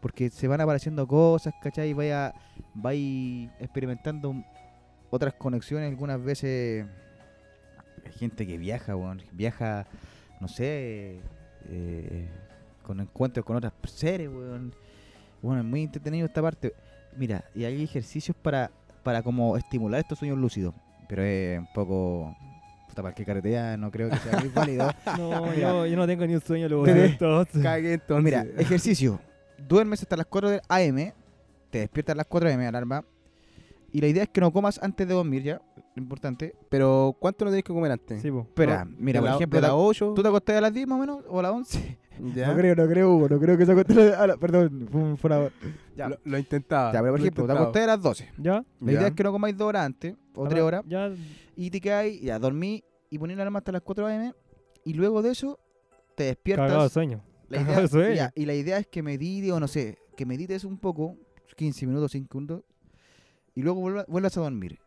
C: Porque se van apareciendo cosas, ¿cachai? Vaya, vais experimentando otras conexiones algunas veces hay gente que viaja weón, viaja no sé eh, con encuentros con otras seres weón. bueno es muy entretenido esta parte mira y hay ejercicios para para como estimular estos sueños lúcidos pero es un poco puta, para el que carretea no creo que sea muy válido
D: No, yo, yo no tengo ni un sueño
C: Te
D: luego
C: de-
D: de esto.
B: Cagué entonces.
C: mira ejercicio duermes hasta las 4 de AM, te despiertas a las 4 AM, alarma. Y la idea es que no comas antes de dormir ya, lo importante.
B: Pero ¿cuánto no tenés que comer antes?
D: Sí, po.
C: Espera,
B: No,
C: mira,
B: de
C: por
B: la-
C: ejemplo,
B: de las
C: la-
B: 8.
C: ¿tú te acostás a las 10 más o menos? ¿O a las 11?
B: ya,
C: No creo, no creo, Hugo, no creo que se acostara a la- Perdón, fue un forado.
B: ya. Lo, lo intentaba.
C: Ya, pero por
B: lo
C: ejemplo, te
B: intentaba.
C: acostás a las 12.
D: ¿Ya?
B: Ya.
C: La idea es que no comáis dos horas antes, o tres
D: Ahora,
C: horas,
D: Ya,
C: y te quedáis, ya dormí y ponéis la alarma hasta las 4 AM, y luego de eso te despiertas.
D: cagado de sueño.
C: La
D: Cagado de
C: idea,
D: sueño.
C: ya, y la idea es que medite, o no sé, que medites un poco, 15 minutos, 5 minutos, y luego vuelva- vuelvas a dormir.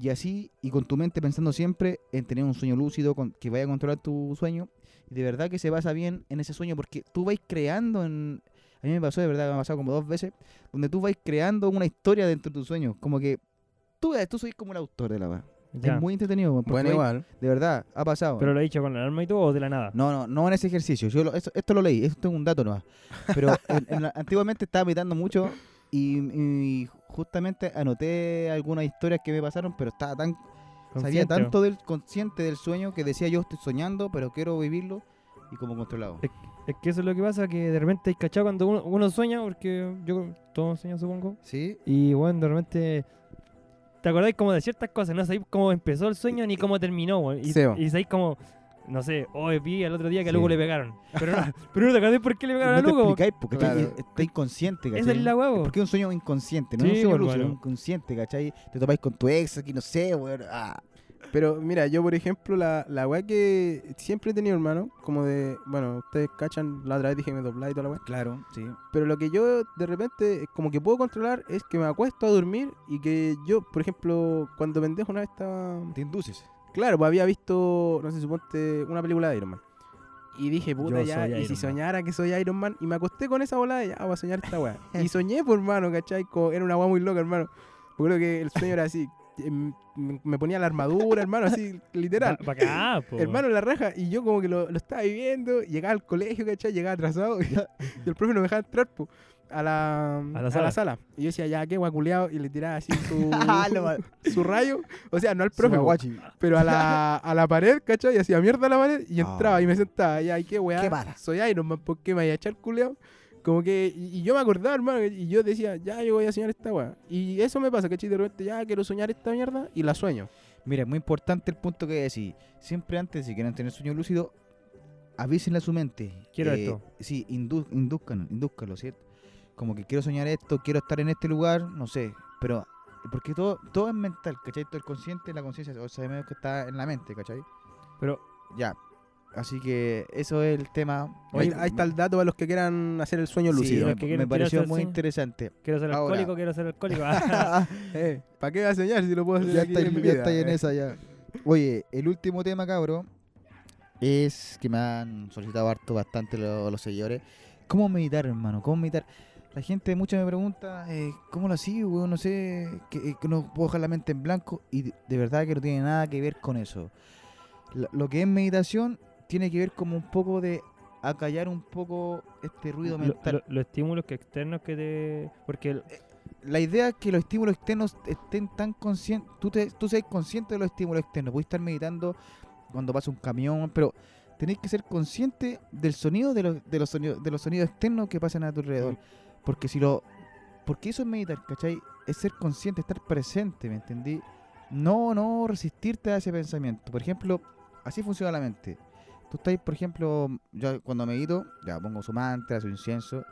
C: Y así, y con tu mente pensando siempre en tener un sueño lúcido con- que vaya a controlar tu sueño, y de verdad que se basa bien en ese sueño, porque tú vais creando en... A mí me pasó, de verdad, me ha pasado como dos veces, donde tú vais creando una historia dentro de tu sueño, como que tú, eh, tú sois como el autor de la weá.
D: Ya.
C: Es muy entretenido, porque
B: Bueno,
C: vais-
B: igual.
C: de verdad, ha pasado.
D: Pero lo he dicho con la alarma y todo o de la nada.
C: No, no, no en ese ejercicio. Yo lo- esto, esto lo leí, esto es un dato nomás. Pero en- en la- antiguamente estaba meditando mucho y, y justamente anoté algunas historias que me pasaron, pero estaba tan sabía
D: Consciente.
C: tanto del consciente del sueño que decía yo estoy soñando, pero quiero vivirlo y como controlado.
D: Es que eso es lo que pasa, que de repente hay cachado cuando uno, uno sueña, porque yo todos sueñan supongo.
C: ¿Sí?
D: Y bueno, de repente. ¿Te acordáis como de ciertas cosas? No sabéis cómo empezó el sueño ni cómo terminó, weón. Y,
B: Sí, bo.
D: y sabéis como. No sé, hoy vi al otro día que a
C: Sí.
D: Lugo le pegaron. Pero no, pero no te acordáis por qué le
C: Y
D: pegaron
C: No
D: a
C: te
D: Lugo. bo.
C: explicáis porque
B: Claro.
C: está, está inconsciente, ¿cachai?
D: Esa es la huevo.
C: Porque es un sueño inconsciente, no es
D: Sí,
C: un sueño
D: bueno,
C: lúcido, es
D: bueno.
C: inconsciente, ¿cachai? Te topáis con tu ex aquí, no sé, weón. ah.
B: Pero mira, yo por ejemplo, la, la weá que siempre he tenido, hermano, como de, bueno, ustedes cachan, la otra vez dije me doblá y toda la weá.
C: Claro, sí.
B: Pero lo que yo de repente eh, como que puedo controlar es que me acuesto a dormir y que yo, por ejemplo, cuando pendejo una vez estaba...
C: Te induces.
B: Claro, pues había visto, no sé, suponte, una película de Iron Man. Y dije, puta,
D: Yo
B: ya, y
D: soy Iron
B: si
D: Man.
B: soñara que soy Iron Man, y me acosté con esa bola de ya, voy a soñar esta weá. y soñé, por hermano, ¿cachai? Co- era una weá muy loca, hermano. Yo creo que el sueño era así. em, m- Me ponía la armadura, hermano, así, literal.
D: Pa- pa' acá, Ah, po,
B: Hermano, la raja, y yo como que lo, lo estaba viviendo, llegaba al colegio, ¿cachai? Llegaba atrasado, y, el profe no me dejaba entrar, po, a la,
D: A la sala.
B: Y yo decía, ya, qué guaculeado, y le tiraba así su,
C: Lo mal-
B: su rayo, o sea, no al Ah, profe, po,
C: guachi.
B: pero a la, a la pared, ¿cachai? Y hacía mierda a la pared y
C: Ah.
B: entraba y me sentaba. Y ay, qué weá.
C: Qué vara.
B: Soy Iron Man, ¿por qué me voy a echar culeado? Como que, y, y yo me acordaba, hermano, y yo decía, ya, yo voy a soñar esta weá. Y eso me pasa, ¿cachai? De repente, ya, quiero soñar esta mierda y la sueño.
C: Mira, es muy importante el punto que decís. Siempre antes, si quieren tener sueño lúcido, avísenle a su mente. Eh,
D: Quiero esto.
C: Sí, indu induzcan, indúzcanlo, ¿cierto? Como que quiero soñar esto, quiero estar en este lugar, no sé. Pero, porque todo, todo es mental, ¿cachai? Todo el consciente, la conciencia, o sea, medio que está en la mente, ¿cachai?
D: Pero-
C: Ya. Así que eso es el tema.
B: Ahí,
C: Me-
B: ahí está el dato para los que quieran hacer el sueño
C: sí,
B: lúcido.
C: me-
D: que
C: me
D: quieren
C: pareció
D: tirarse
C: muy
D: así.
C: interesante.
D: Quiero ser
C: Ahora.
D: alcohólico, quiero ser alcohólico. Ah,
B: Eh, ¿Para qué voy a soñar si lo puedo hacer
C: ya
B: aquí
C: está,
B: en mi
C: ya
B: vida?
C: está en
B: Eh,
C: esa ya. Oye, el último tema, cabro, es que me han solicitado harto bastante lo- los seguidores. ¿Cómo meditar, hermano? ¿Cómo meditar? La gente mucha me pregunta, eh, ¿cómo lo hacía, weón? No sé, que, eh, que no puedo dejar la mente en blanco y de, de verdad que no tiene nada que ver con eso. Lo, lo que es meditación tiene que ver como un poco de acallar un poco este ruido
D: lo-
C: mental.
D: lo- los estímulos que externos que te. Porque el-
C: la idea es que los estímulos externos estén tan conscientes, tú, te, tú seas consciente de los estímulos externos, puedes estar meditando cuando pasa un camión, pero tenés que ser consciente del sonido de los, de los sonidos, de los sonidos externos que pasan a tu alrededor. Porque si lo. Porque eso es meditar, ¿cachai? Es ser consciente, estar presente, ¿me entendí? No, no resistirte a ese pensamiento. Por ejemplo, así funciona la mente. Tú estás, por ejemplo, yo cuando medito, ya pongo su mantra, su incienso.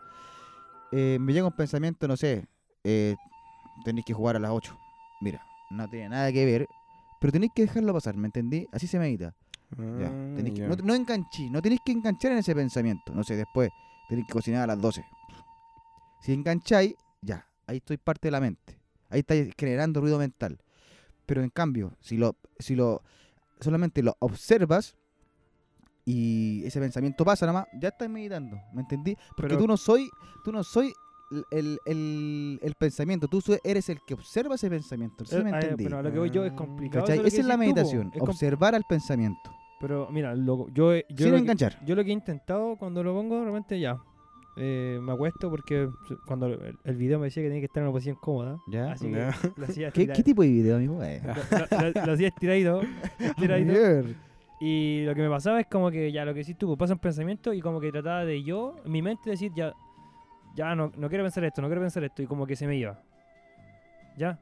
C: eh, me llega un pensamiento, no sé, eh, tenéis que jugar a las 8. Mira, no tiene nada que ver, pero tenéis que dejarlo pasar, ¿me entendí? Así se medita. Ya,
D: Mm,
C: tenéis que-
B: ya.
C: no, no enganchí, no tenéis que enganchar en ese pensamiento. No sé, después tenéis que cocinar a las 12. Si engancháis, ya, ahí estoy parte de la mente. Ahí estáis generando ruido mental. Pero en cambio, si lo, si lo solamente lo observas y ese pensamiento pasa nada más, ya estás meditando, ¿me entendí? Porque
D: Pero-
C: tú no soy, tú no soy el, el- el- el pensamiento, tú so- eres el que observa ese pensamiento. ¿Sí
D: eh,
C: me
D: ah,
C: entendí?
D: Pero a lo que voy yo es
B: Mm.
D: complicado.
C: ¿Cachai?
D: eso lo que
C: Esa es la
D: decís tú, po.
C: meditación,
D: Es com-
C: observar al pensamiento.
D: Pero mira, lo- yo, he- yo
C: sin
D: lo que-
C: enganchar.
D: Yo lo que he intentado cuando lo pongo, realmente ya. eh, me acuesto porque cuando el, el video me decía que tenía que estar en una posición cómoda.
C: ¿Ya?
D: Así que
B: Ah, ya.
D: lo hacía
C: ¿Qué,
D: estira-
C: qué tipo de video, amigo? Eh.
D: Ah, lo- lo- lo- lo hacía estiradito. estiradito.
C: Mier.
D: Y lo que me pasaba es como que ya lo que decís tú, pues, pasa un pensamiento y como que trataba de yo, en mi mente decir ya, ya no, no quiero pensar esto, no quiero pensar esto, y como que se me iba. ¿Ya?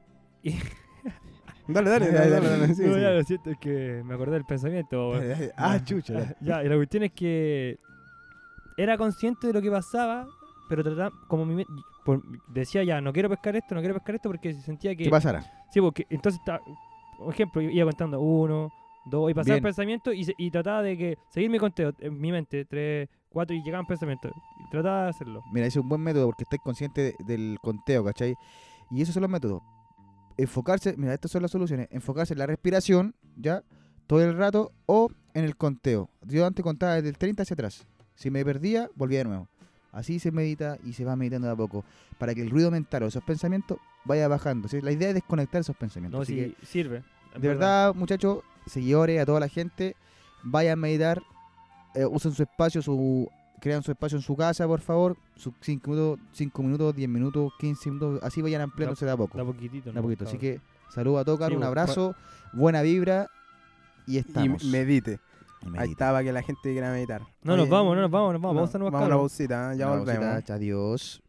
B: Dale, dale, dale, dale. dale, sí,
D: no,
B: sí.
D: ya lo siento, es que me acordé del pensamiento. weón.
C: Dale, dale. Ah, chucha. dale.
D: Ya, y la cuestión es que era consciente de lo que pasaba, pero trataba, como mi, me- por- decía ya, no quiero pescar esto, no quiero pescar esto, porque sentía que...
C: ¿Qué pasará?
D: Sí, porque entonces, ta- por ejemplo, iba contando uno, dos, y pasaba el
C: Bien.
D: pensamiento y, se- y trataba de que seguir mi conteo en mi mente, tres, cuatro, y llegaban pensamientos. Y trataba de hacerlo.
C: Mira, ese es un buen método porque estáis consciente de- del conteo, ¿cachai? Y esos son los métodos. Enfocarse, mira, estas son las soluciones. Enfocarse en la respiración, ¿ya? Todo el rato o en el conteo. Yo antes contaba desde el 30 hacia atrás. Si me perdía, volvía de nuevo. Así se medita y se va meditando de a poco. Para que el ruido mental o esos pensamientos vaya bajando. ¿sí? La idea es desconectar esos pensamientos.
D: No,
C: así
D: sí,
C: que
D: sirve. en
C: De verdad, muchachos, seguidores, a toda la gente, vayan a meditar, eh, usen su espacio, su crean su espacio en su casa, por favor, sus 5 minutos, 5 minutos, 10 minutos, 15 minutos, así vayan ampliándose de a poco.
D: Da poquitito.
C: de a
D: ¿no?
C: poquito. Así
D: Cabrón.
C: que saludos a todos, Carlos,
D: Sí,
C: un
D: pues,
C: abrazo, buena vibra y estamos.
B: Y medite.
C: Y medita.
B: Ahí estaba que la gente quiera meditar.
D: No, nos vamos, no nos vamos, nos vamos. Vamos a
B: una,
D: nuevos
B: vamos a una
D: cabros.
B: pausita, ¿eh? ya
C: Una
B: volvemos.
C: pausita, Adiós.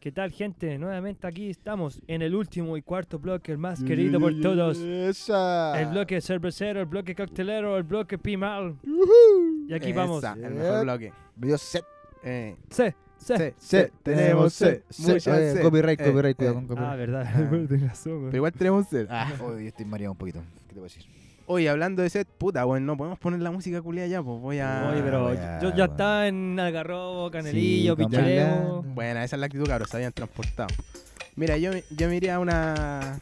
D: ¿Qué tal, gente? Nuevamente aquí estamos en el último y cuarto bloque, el más querido por todos.
C: Esa.
D: El bloque cervecero, el bloque coctelero, el bloque pimal. Y aquí vamos.
B: Esa, el mejor
C: Yep.
B: bloque.
C: Medio set.
B: Eh,
D: Sí,
B: sí,
D: sí.
C: set,
B: sí, tenemos set,
C: set,
B: mucha
C: eh,
B: set,
C: Copyright,
B: eh, eh.
C: copyright, cuidado con
D: Ah,
C: copyright.
D: verdad.
B: Ah.
D: Tienes razón, güey.
B: Pero igual tenemos set. Ah.
C: Hoy estoy mareado un poquito. ¿Qué te voy a decir?
B: Oye, hablando de set, puta, bueno, no podemos poner la música culia ya, pues voy a.
D: Oye, pero
C: ya,
D: yo yo ya
C: bueno.
D: estaba en Algarrobo, Canelillo,
C: Sí,
D: Picharemo.
C: con-
B: Buena, esa es la actitud, cabros, se habían transportado. Mira, yo, yo me iría a una,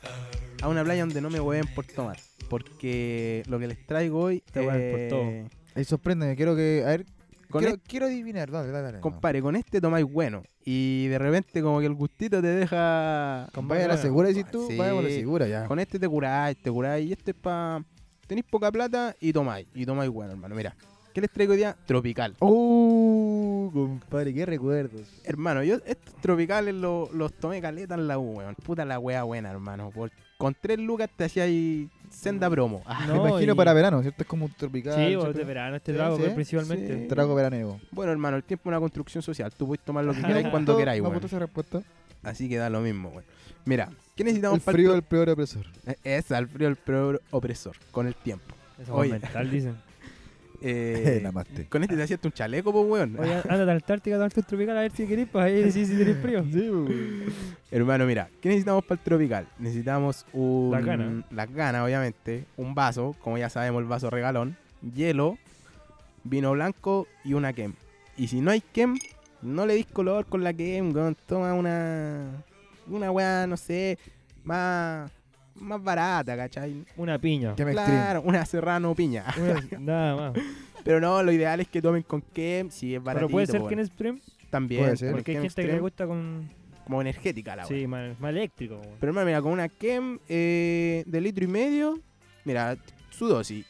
B: a una playa donde no me hueven por tomar. Porque lo que les traigo hoy. eh,
D: Te hueven por
C: Ahí sorpréndeme, quiero que. A ver,
B: Con e-
C: quiero, quiero adivinar. Dale, dale, dale.
B: Compare, con este tomáis bueno. Y de repente, como que el gustito te deja.
D: Con
C: Vaya a la
D: Bueno,
C: segura, decís tú.
B: sí.
C: Vaya a la segura ya.
B: Con este te curáis, te curáis. Y este es pa. Tenéis poca plata y tomáis. Y tomáis bueno, hermano. Mira, ¿qué les traigo hoy día? Tropical.
C: Uh, compadre, qué recuerdos.
B: Hermano, yo estos tropicales lo- los tomé caleta en la U, weón. Puta la wea buena, hermano. Por- con tres lucas te hacía ahí
C: Mm.
B: senda promo. Ah,
D: No,
C: Me imagino
D: y-
C: para verano, ¿cierto? Es como un tropical.
D: Sí, vos
C: ¿cierto?
D: de verano este
C: Sí,
D: trago
C: sí,
D: güey, principalmente.
B: sí.
C: Trago veraniego.
B: Bueno, hermano, el tiempo es una construcción social. Tú puedes tomar lo que
D: Me
B: queráis
D: gustó,
B: cuando queráis,
C: Me
B: weón.
C: gustó esa respuesta.
B: Así que da lo mismo, weón. Mira, ¿qué necesitamos
C: El
B: para
C: frío del peor opresor.
B: Es al frío el peor opresor, con el tiempo.
D: Eso
B: Oye.
D: es mental, dicen.
B: Eh,
C: Namaste.
B: con este te hacías un chaleco, pues, weón.
D: Oye, anda a Antártica, tomarte un tropical, a ver si querés, pues ahí decís si tenés frío.
B: Hermano, mira, ¿qué necesitamos para el tropical? Necesitamos un...
D: Las ganas.
B: las ganas, obviamente. Un vaso, como ya sabemos, el vaso regalón. Hielo, vino blanco y una kem. Y si no hay kem, no le dis color con la kem, weón. Toma una... Una weá, no sé, más... Más barata, ¿cachai?
D: Una piña.
C: Ya me
B: Claro, una serrano piña.
D: Una- nada más.
B: Pero no, lo ideal es que tomen con kem, si es baratito.
D: Pero puede ser
B: pues,
D: que en Spring,
B: También,
C: Puede ser.
B: con
D: porque hay
B: kem
D: gente que le
B: extreme,
D: gusta con.
B: como energética la weá.
D: Sí, más, más eléctrico. güey.
B: Pero hermano, mira, con una Kem eh, de litro y medio, mira, su dosis.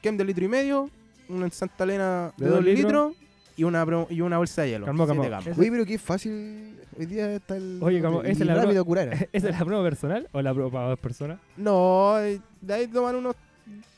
B: Kem de litro y medio, una en Santa Elena de, dos litros y una, pro- y una bolsa de hielo.
D: Calmó,
B: Sí,
D: calmó.
B: te cago.
D: Ese-
C: Oye, pero qué fácil. Hoy día está el.
D: Oye, como,
C: y
D: esa es la
C: rápido curar.
D: ¿Esa es la prueba personal o la prueba para dos personas?
B: No, eh, de ahí toman unos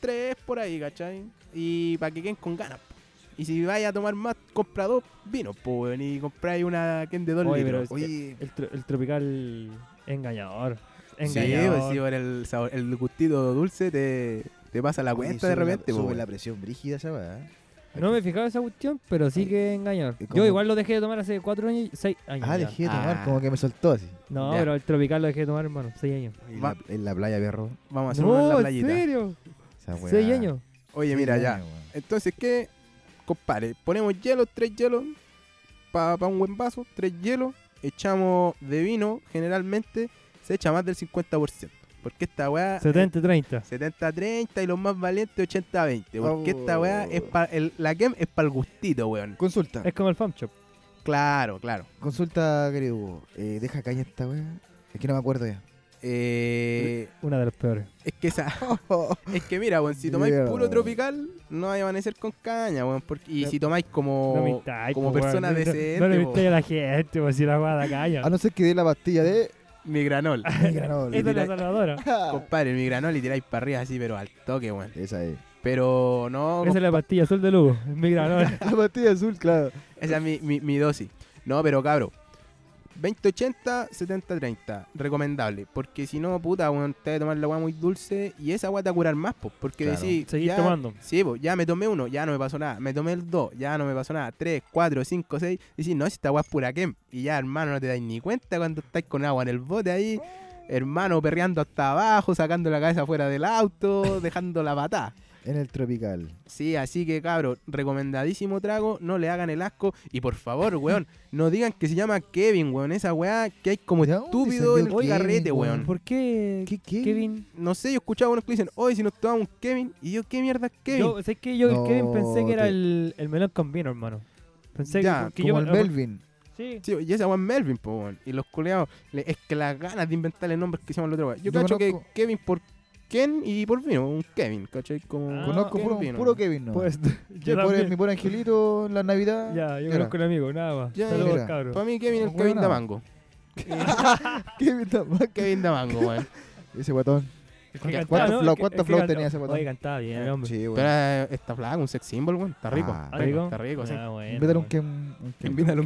B: tres por ahí, ¿cachai? Y para que queden con ganas. po. Y si vaya a tomar más, compra dos vinos, pues, y compráis una Kem de dos
D: Oye, pero
B: litros.
D: es-
C: Oye,
D: El, tro- el tropical engañador.
B: Sí,
D: Engañador.
B: pues, sí, por el, sabor- el gustito dulce te, te pasa la
C: oye,
B: cuenta de
C: sube la-
B: repente,
C: Sube
B: pues.
C: la presión brígida esa va. ¿eh?
D: No me fijaba esa cuestión, pero sí que engañador.
C: ¿Y cómo?
D: Yo igual lo dejé de tomar hace cuatro años, y- seis años.
C: Ah,
D: ya.
C: dejé de tomar,
B: Ah.
C: como que me soltó así.
D: No,
B: Ya.
D: pero el tropical lo dejé de tomar, hermano, seis años.
C: En
B: Va-
C: la, en la playa, perro.
B: Vamos a hacer uno en la
D: No, ¿en
B: playita.
D: serio?
C: Esa weá.
D: Seis años.
B: Oye, mira,
C: Seis
B: ya.
C: años, weón.
B: Entonces, ¿qué? Compadre, ponemos hielo, tres hielos para un buen vaso, tres hielos, echamos de vino, generalmente se echa más del 50%, porque esta weá...
D: 70, 30.
B: 70-30 y los más valientes 80-20, porque
C: Oh.
B: esta weá es para... La game es para el gustito, weón.
C: Consulta.
D: Es como el farm shop.
B: Claro, claro.
C: Consulta, querido Hugo. Eh, deja caña esta weá. Es que no me acuerdo ya.
B: Eh,
D: Una de las peores.
B: es que esa, es que mira, weón, si tomáis
C: Mierda,
B: puro
C: weón.
B: tropical, no vais a amanecer con caña, weón. Porque, y
D: No-
B: si tomáis como,
D: no me instáis,
B: como
D: po, weón.
B: persona
D: No- no-
B: decente,
D: No, le
B: po, Ah,
D: instáis a la gente, pues si la guada calla.
C: A no ser que dé la pastilla de.
B: mi granol.
C: Migranol.
D: Esta es la
B: dirá-
D: salvadora.
B: compadre, mi granol y tiráis para arriba así, pero al toque, weón.
C: Esa es.
B: Pero no,
D: Esa es la pastilla azul de Lugo. Migranol.
B: Este
C: La pastilla azul, claro.
B: Esa es mi, mi- mi dosis. No, pero cabro. 2080, 70-30. Recomendable. Porque si no, puta, weón, te vas a tomar la agua muy dulce y esa agua te va a curar más, pues. Porque
C: Claro.
B: decís.
D: Seguís
B: ya-
D: tomando.
B: Sí, pues, ya me tomé uno, ya no me pasó nada. Me tomé el dos, ya no me pasó nada. Tres, cuatro, cinco, seis. Decís, no, si esta agua es pura quem. Y ya, hermano, no te dais ni cuenta cuando estáis con agua en el bote ahí. Hermano, perreando hasta abajo, sacando la cabeza fuera del auto, dejando la patada.
C: En el tropical.
B: Sí, así que cabros, recomendadísimo trago, no le hagan el asco y por favor, weón, no digan que se llama Kevin, weón, esa weá que hay como
C: ¿De dónde
B: estúpido en
C: salió el
B: el carrete,
C: Kevin,
B: weón.
D: ¿Por qué,
C: ¿Qué, qué?
D: Kevin?
B: No sé, yo escuchaba unos que dicen, hoy si nos tomamos un Kevin, y yo, ¿qué mierda es Kevin?
D: Yo, sé que yo el
C: No,
D: Kevin pensé que era
C: te-
D: el, el melón con vino, hermano. Pensé
B: Ya,
D: que, que
C: Como el
D: yo
C: Melvin.
D: Sí.
B: Sí, y esa weá es Melvin, po, weón. Y los culeados, le- es que las ganas de inventarle nombres que se llaman la otra weá. Yo,
C: Yo
B: cacho
C: conozco-
B: que Kevin por Ken y por vino, un Kevin, ¿cachai? Como...
D: Ah,
C: Conozco
B: Kevin
C: puro,
B: vino.
C: puro Kevin, ¿no?
D: Pues, yo
C: Yo por
D: también.
C: mi buen angelito en la Navidad.
D: Ya, yo
C: Era.
D: conozco un amigo, nada más.
B: Ya,
D: Saludos,
C: mira.
D: cabros.
B: Para mí Kevin el
C: Weón,
B: Kevin
C: no.
B: Damango.
C: Kevin Tamac.
B: Kevin Damango, weón.
C: Ese guatón.
D: El que
B: ¿Cuánto
C: flow-
D: cantaba, El que-
C: cuánto
D: el que
C: flow
D: cantaba-
C: tenía ese guatón?
D: Oye, cantaba bien, el hombre.
C: Sí,
B: Pero
C: bueno.
B: era esta flaga, un sex symbol, weón. Está rico.
C: Ah,
B: está
D: ¿Está rico?
B: rico, está rico, sí.
D: Ah, bueno,
C: Invítale un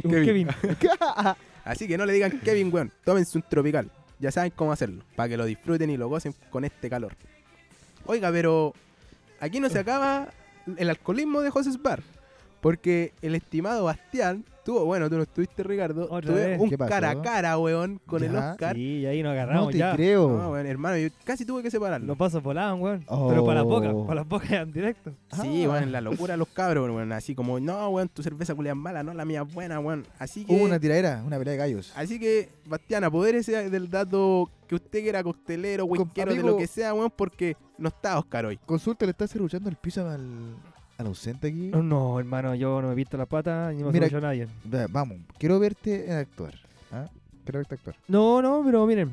D: bueno.
C: Kevin. un Kevin. Ah,
B: Invítale un
D: Un
B: Kevin.
D: Kevin.
B: Así que no le digan Kevin, weón. Tómense un tropical. Ya saben cómo hacerlo. Para que lo disfruten y lo gocen con este calor. Oiga, pero aquí no se acaba el alcoholismo de José Bar. Porque el estimado Bastián tuvo, bueno, tú no estuviste, Ricardo.
D: Otra
B: tuve
D: vez.
B: un
C: ¿Qué pasó?
B: cara a cara, weón, con el
C: Ya.
B: Oscar.
D: Sí, y ahí nos
C: No
D: agarramos
C: te
D: ya.
C: creo.
B: No, weón, hermano, yo casi tuve que separarlo.
D: Los pasos volaban, weón.
C: Oh.
D: Pero para la poca, para la poca eran directo.
B: Sí,
C: Ah.
B: weón, la locura de los cabros, weón. Así como, no, weón, tu cerveza culia es mala, no, la mía es buena, weón. Así que.
C: Hubo una tiradera, una pelea de gallos.
B: Así que, Bastián, apodérese del dato que usted que era costelero,
C: Com-
B: whisquero, de
C: amigo-
B: lo que sea, weón, porque no está Oscar hoy.
C: Consulta, le estás cerruchando el piso al, al ausente aquí.
D: Ah. No, no, hermano, yo no me he visto las patas ni me
C: Mira-
D: ha a nadie.
C: Ve, Vamos, quiero verte actuar. ¿ah? Quiero verte actuar.
D: No, no, pero miren,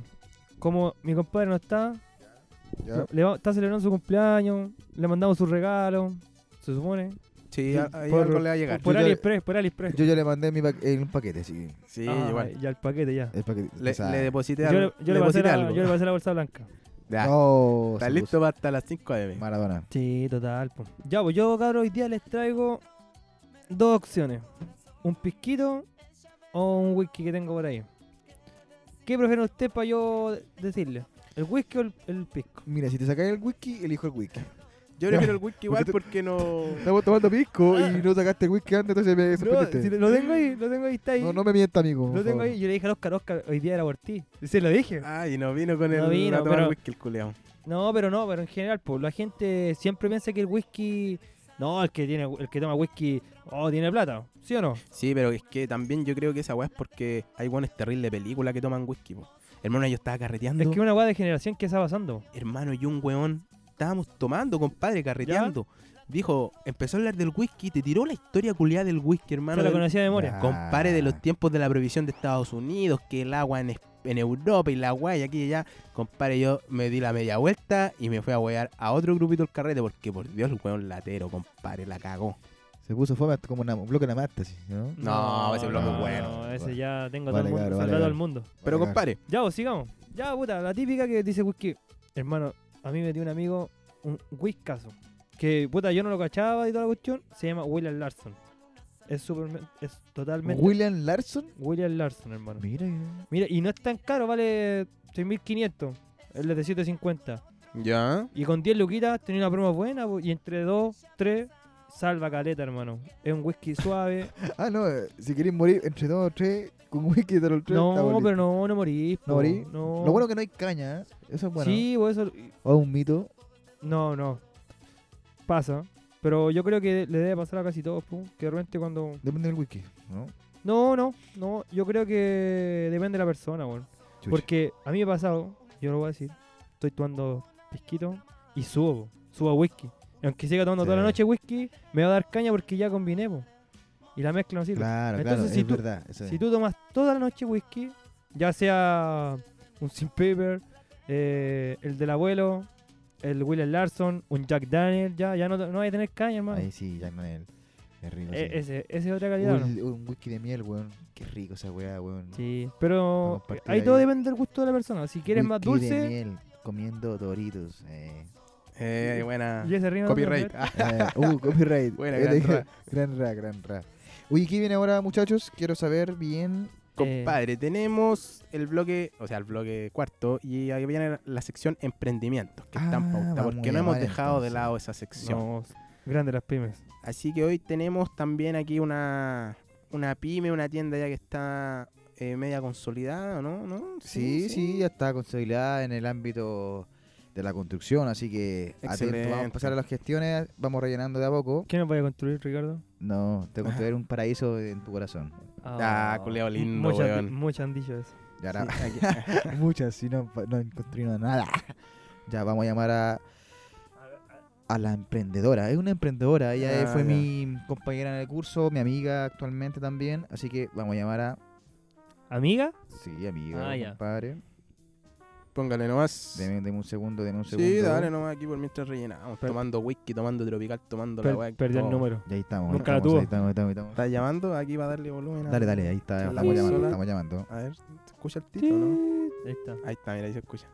D: como mi compadre no está,
C: Ya.
D: le va- está celebrando su cumpleaños, le mandamos su regalo, se supone.
B: Sí,
C: Sí,
B: a- ahí
C: por-
B: algo le va a llegar.
D: Por
C: Yo ya-
D: AliExpress, por AliExpress.
C: Yo ya le mandé mi pa- eh, un paquete, sí. Este
B: Sí,
D: Ah,
B: igual.
D: ya el paquete ya.
C: El paquete.
B: Le,
C: o sea,
B: le deposité
D: Yo, le-
B: algo. le
D: yo le pasé
B: deposité
D: la,
B: algo.
D: yo le Oh, pasé la bolsa blanca.
B: Ya,
C: No,
B: está
C: oh, se
B: listo para hasta las 5
C: puso.
B: de
C: Maradona.
D: Sí, total. po. Ya, pues yo, cabros, hoy día les traigo dos opciones. Un pisquito o un whisky que tengo por ahí. ¿Qué prefieren ustedes para yo decirle? ¿El whisky o el, el pisco?
C: Mira, si te sacáis el whisky, elijo el whisky.
B: Yo prefiero el whisky igual
C: Porque
B: porque no.
C: Estamos tomando pisco y no sacaste el whisky antes, entonces me
D: Ah. No,
C: sorprendiste.
D: si lo tengo ahí, lo tengo ahí, está ahí.
C: No, no me mienta, amigo. por
D: lo tengo
C: favor.
D: ahí. Yo le dije a Oscar, Oscar, hoy día era por ti. Se lo dije.
B: Ay, no vino con el.
D: No vino,
B: a tomar
D: pero-
B: whisky el culeado.
D: No, pero no, pero en general, pues la gente siempre piensa que el whisky. No, el que tiene, el que toma whisky, oh, tiene plata, ¿sí o no?
B: Sí, pero es que también yo creo que esa weá es porque hay guanes terribles de película que toman whisky, po. Hermano, yo estaba carreteando.
D: Es que una weá de generación que está pasando.
B: hermano, y un weón estábamos tomando, compadre, carreteando. Dijo, empezó a hablar del whisky, te tiró la historia culiada del whisky, hermano.
D: Se lo
B: del-
D: conocía de memoria.
C: Ya.
B: Compadre
C: Ah.
B: de los tiempos de la provisión de Estados Unidos, que el agua en, es- en Europa y la guay aquí y allá. Compadre, yo me di la media vuelta y me fui a huear a otro grupito el carrete, porque por Dios, el weón latero, compadre, la cagó.
C: Se puso fome hasta como una, un bloque de la mata, así, ¿no?
B: No, ese bloque es
D: no,
B: bueno.
D: ese ya tengo a
C: Vale,
D: todo el mundo,
C: cabrón,
D: saludado
C: vale,
D: a todo el
C: cabrón.
D: mundo.
B: Pero,
C: Vale,
B: compadre,
D: Ya, pues sigamos. Ya, puta, la típica que dice whisky. Hermano, a mí me dio un amigo un whiskazo. Que, puta, yo no lo cachaba y toda la cuestión. Se llama William Larson. Es, super, es totalmente.
C: William Larson.
D: William Larson, hermano.
C: Mira,
D: Mira, y no es tan caro, vale 6.500. El de 750.
B: ya.
D: Y con 10 luquitas tenía una promo buena. po, Y entre 2, 3, salva caleta, hermano. Es un whisky suave.
C: Ah, no, eh, si queréis morir entre dos o tres, con whisky de los tres.
D: no,
C: estamos
D: pero no, no morís.
C: ¿No
D: po,
C: morí?
D: No.
C: listos. Lo bueno que no hay caña, ¿eh? Eso es bueno.
D: Sí, po, eso.
C: O un mito.
D: No, no. Pasa. Pero yo creo que le debe pasar a casi todos, po, que de repente cuando...
C: Depende del whisky, ¿no?
D: No, no, no. Yo creo que depende de la persona, weón.
C: Chucha.
D: Porque a mí me ha pasado, yo lo voy a decir, estoy tomando pisquito y subo, po, subo a whisky. Y aunque siga tomando toda la
C: Sí.
D: noche whisky, me va a dar caña porque ya combiné, po. Y la mezcla no sirve.
C: Claro, claro,
D: Entonces, si
C: es
D: tú-
C: verdad. eso es.
D: Si tú tomas toda la noche whisky, ya sea un sin paper, eh, el del abuelo, el Willem Larson, un Jack Daniel, ya, ya no, no hay que tener caña, hermano.
C: Ahí sí, Jack Daniel. Es rico.
D: E-
C: sí.
D: ese, ese es otra calidad. ¿no?
C: Uy, un whisky de miel, weón. Qué rico esa weá, weón.
D: Sí, pero
C: Vamos a partir
D: ahí
C: ahí.
D: todo depende del gusto de la persona. Si quieres más
C: Whisky de
D: dulce,
C: miel, comiendo doritos. Eh.
B: Eh, buena.
D: y ese rima.
B: Copyright. Ah,
C: Eh, uh, copyright.
B: Buena,
C: Eh,
B: gran
C: dije,
B: ra.
C: gran ra, gran ra. Uy, ¿qué viene ahora, muchachos? Quiero saber bien. Eh.
B: compadre, tenemos el bloque, o sea, el bloque cuarto, y ahí viene la sección emprendimientos, que están
C: Ah,
B: pauta,
C: vamos
B: porque
C: a
B: no hemos
C: llamar
B: dejado de
C: entonces.
B: lado esa sección.
D: No, grande las pymes.
B: Así que hoy tenemos también aquí una, una pyme, una tienda ya que está eh, media consolidada, ¿no? ¿No?
C: Sí, sí, ya está consolidada en el ámbito de la construcción, así que atento, vamos a
B: Excelente.
C: pasar a las gestiones, vamos rellenando de a poco.
D: ¿Qué nos vaya a construir, Ricardo?
C: No, te construiré un paraíso en tu corazón.
B: Ah, culiao lindo,
D: Muchas,
B: weón.
D: muchas han dicho eso.
C: Ya
B: Sí,
C: ahora-
B: aquí- eh,
C: Muchas, si no, pa- no encontrino nada. Ya vamos a llamar a, a la emprendedora. Es una emprendedora, ella eh,
B: Ah,
C: fue
B: ya.
C: mi compañera en el curso, mi amiga actualmente también. Así que vamos a llamar a.
D: ¿Amiga?
C: Sí, amiga,
D: Ah, ya.
C: compadre.
B: Póngale nomás.
C: Deme, deme un segundo, deme un segundo.
B: Sí, dale nomás aquí por mientras rellenamos. tomando whisky, tomando tropical, tomando la
D: Per-
B: weá. que
D: perdió el
B: todo.
D: número.
C: Y ahí estamos.
D: Nunca la
C: estamos,
D: tuvo.
C: ahí estamos, ahí estamos, ahí estamos.
B: ¿Estás llamando? Aquí va a darle volumen. a-
C: Dale, dale, ahí está.
B: La
C: Estamos llamando,
B: consola.
C: estamos llamando.
B: A ver, ¿se escucha el tito, no?
D: Ahí está.
B: Ahí está, mira, ahí se escucha.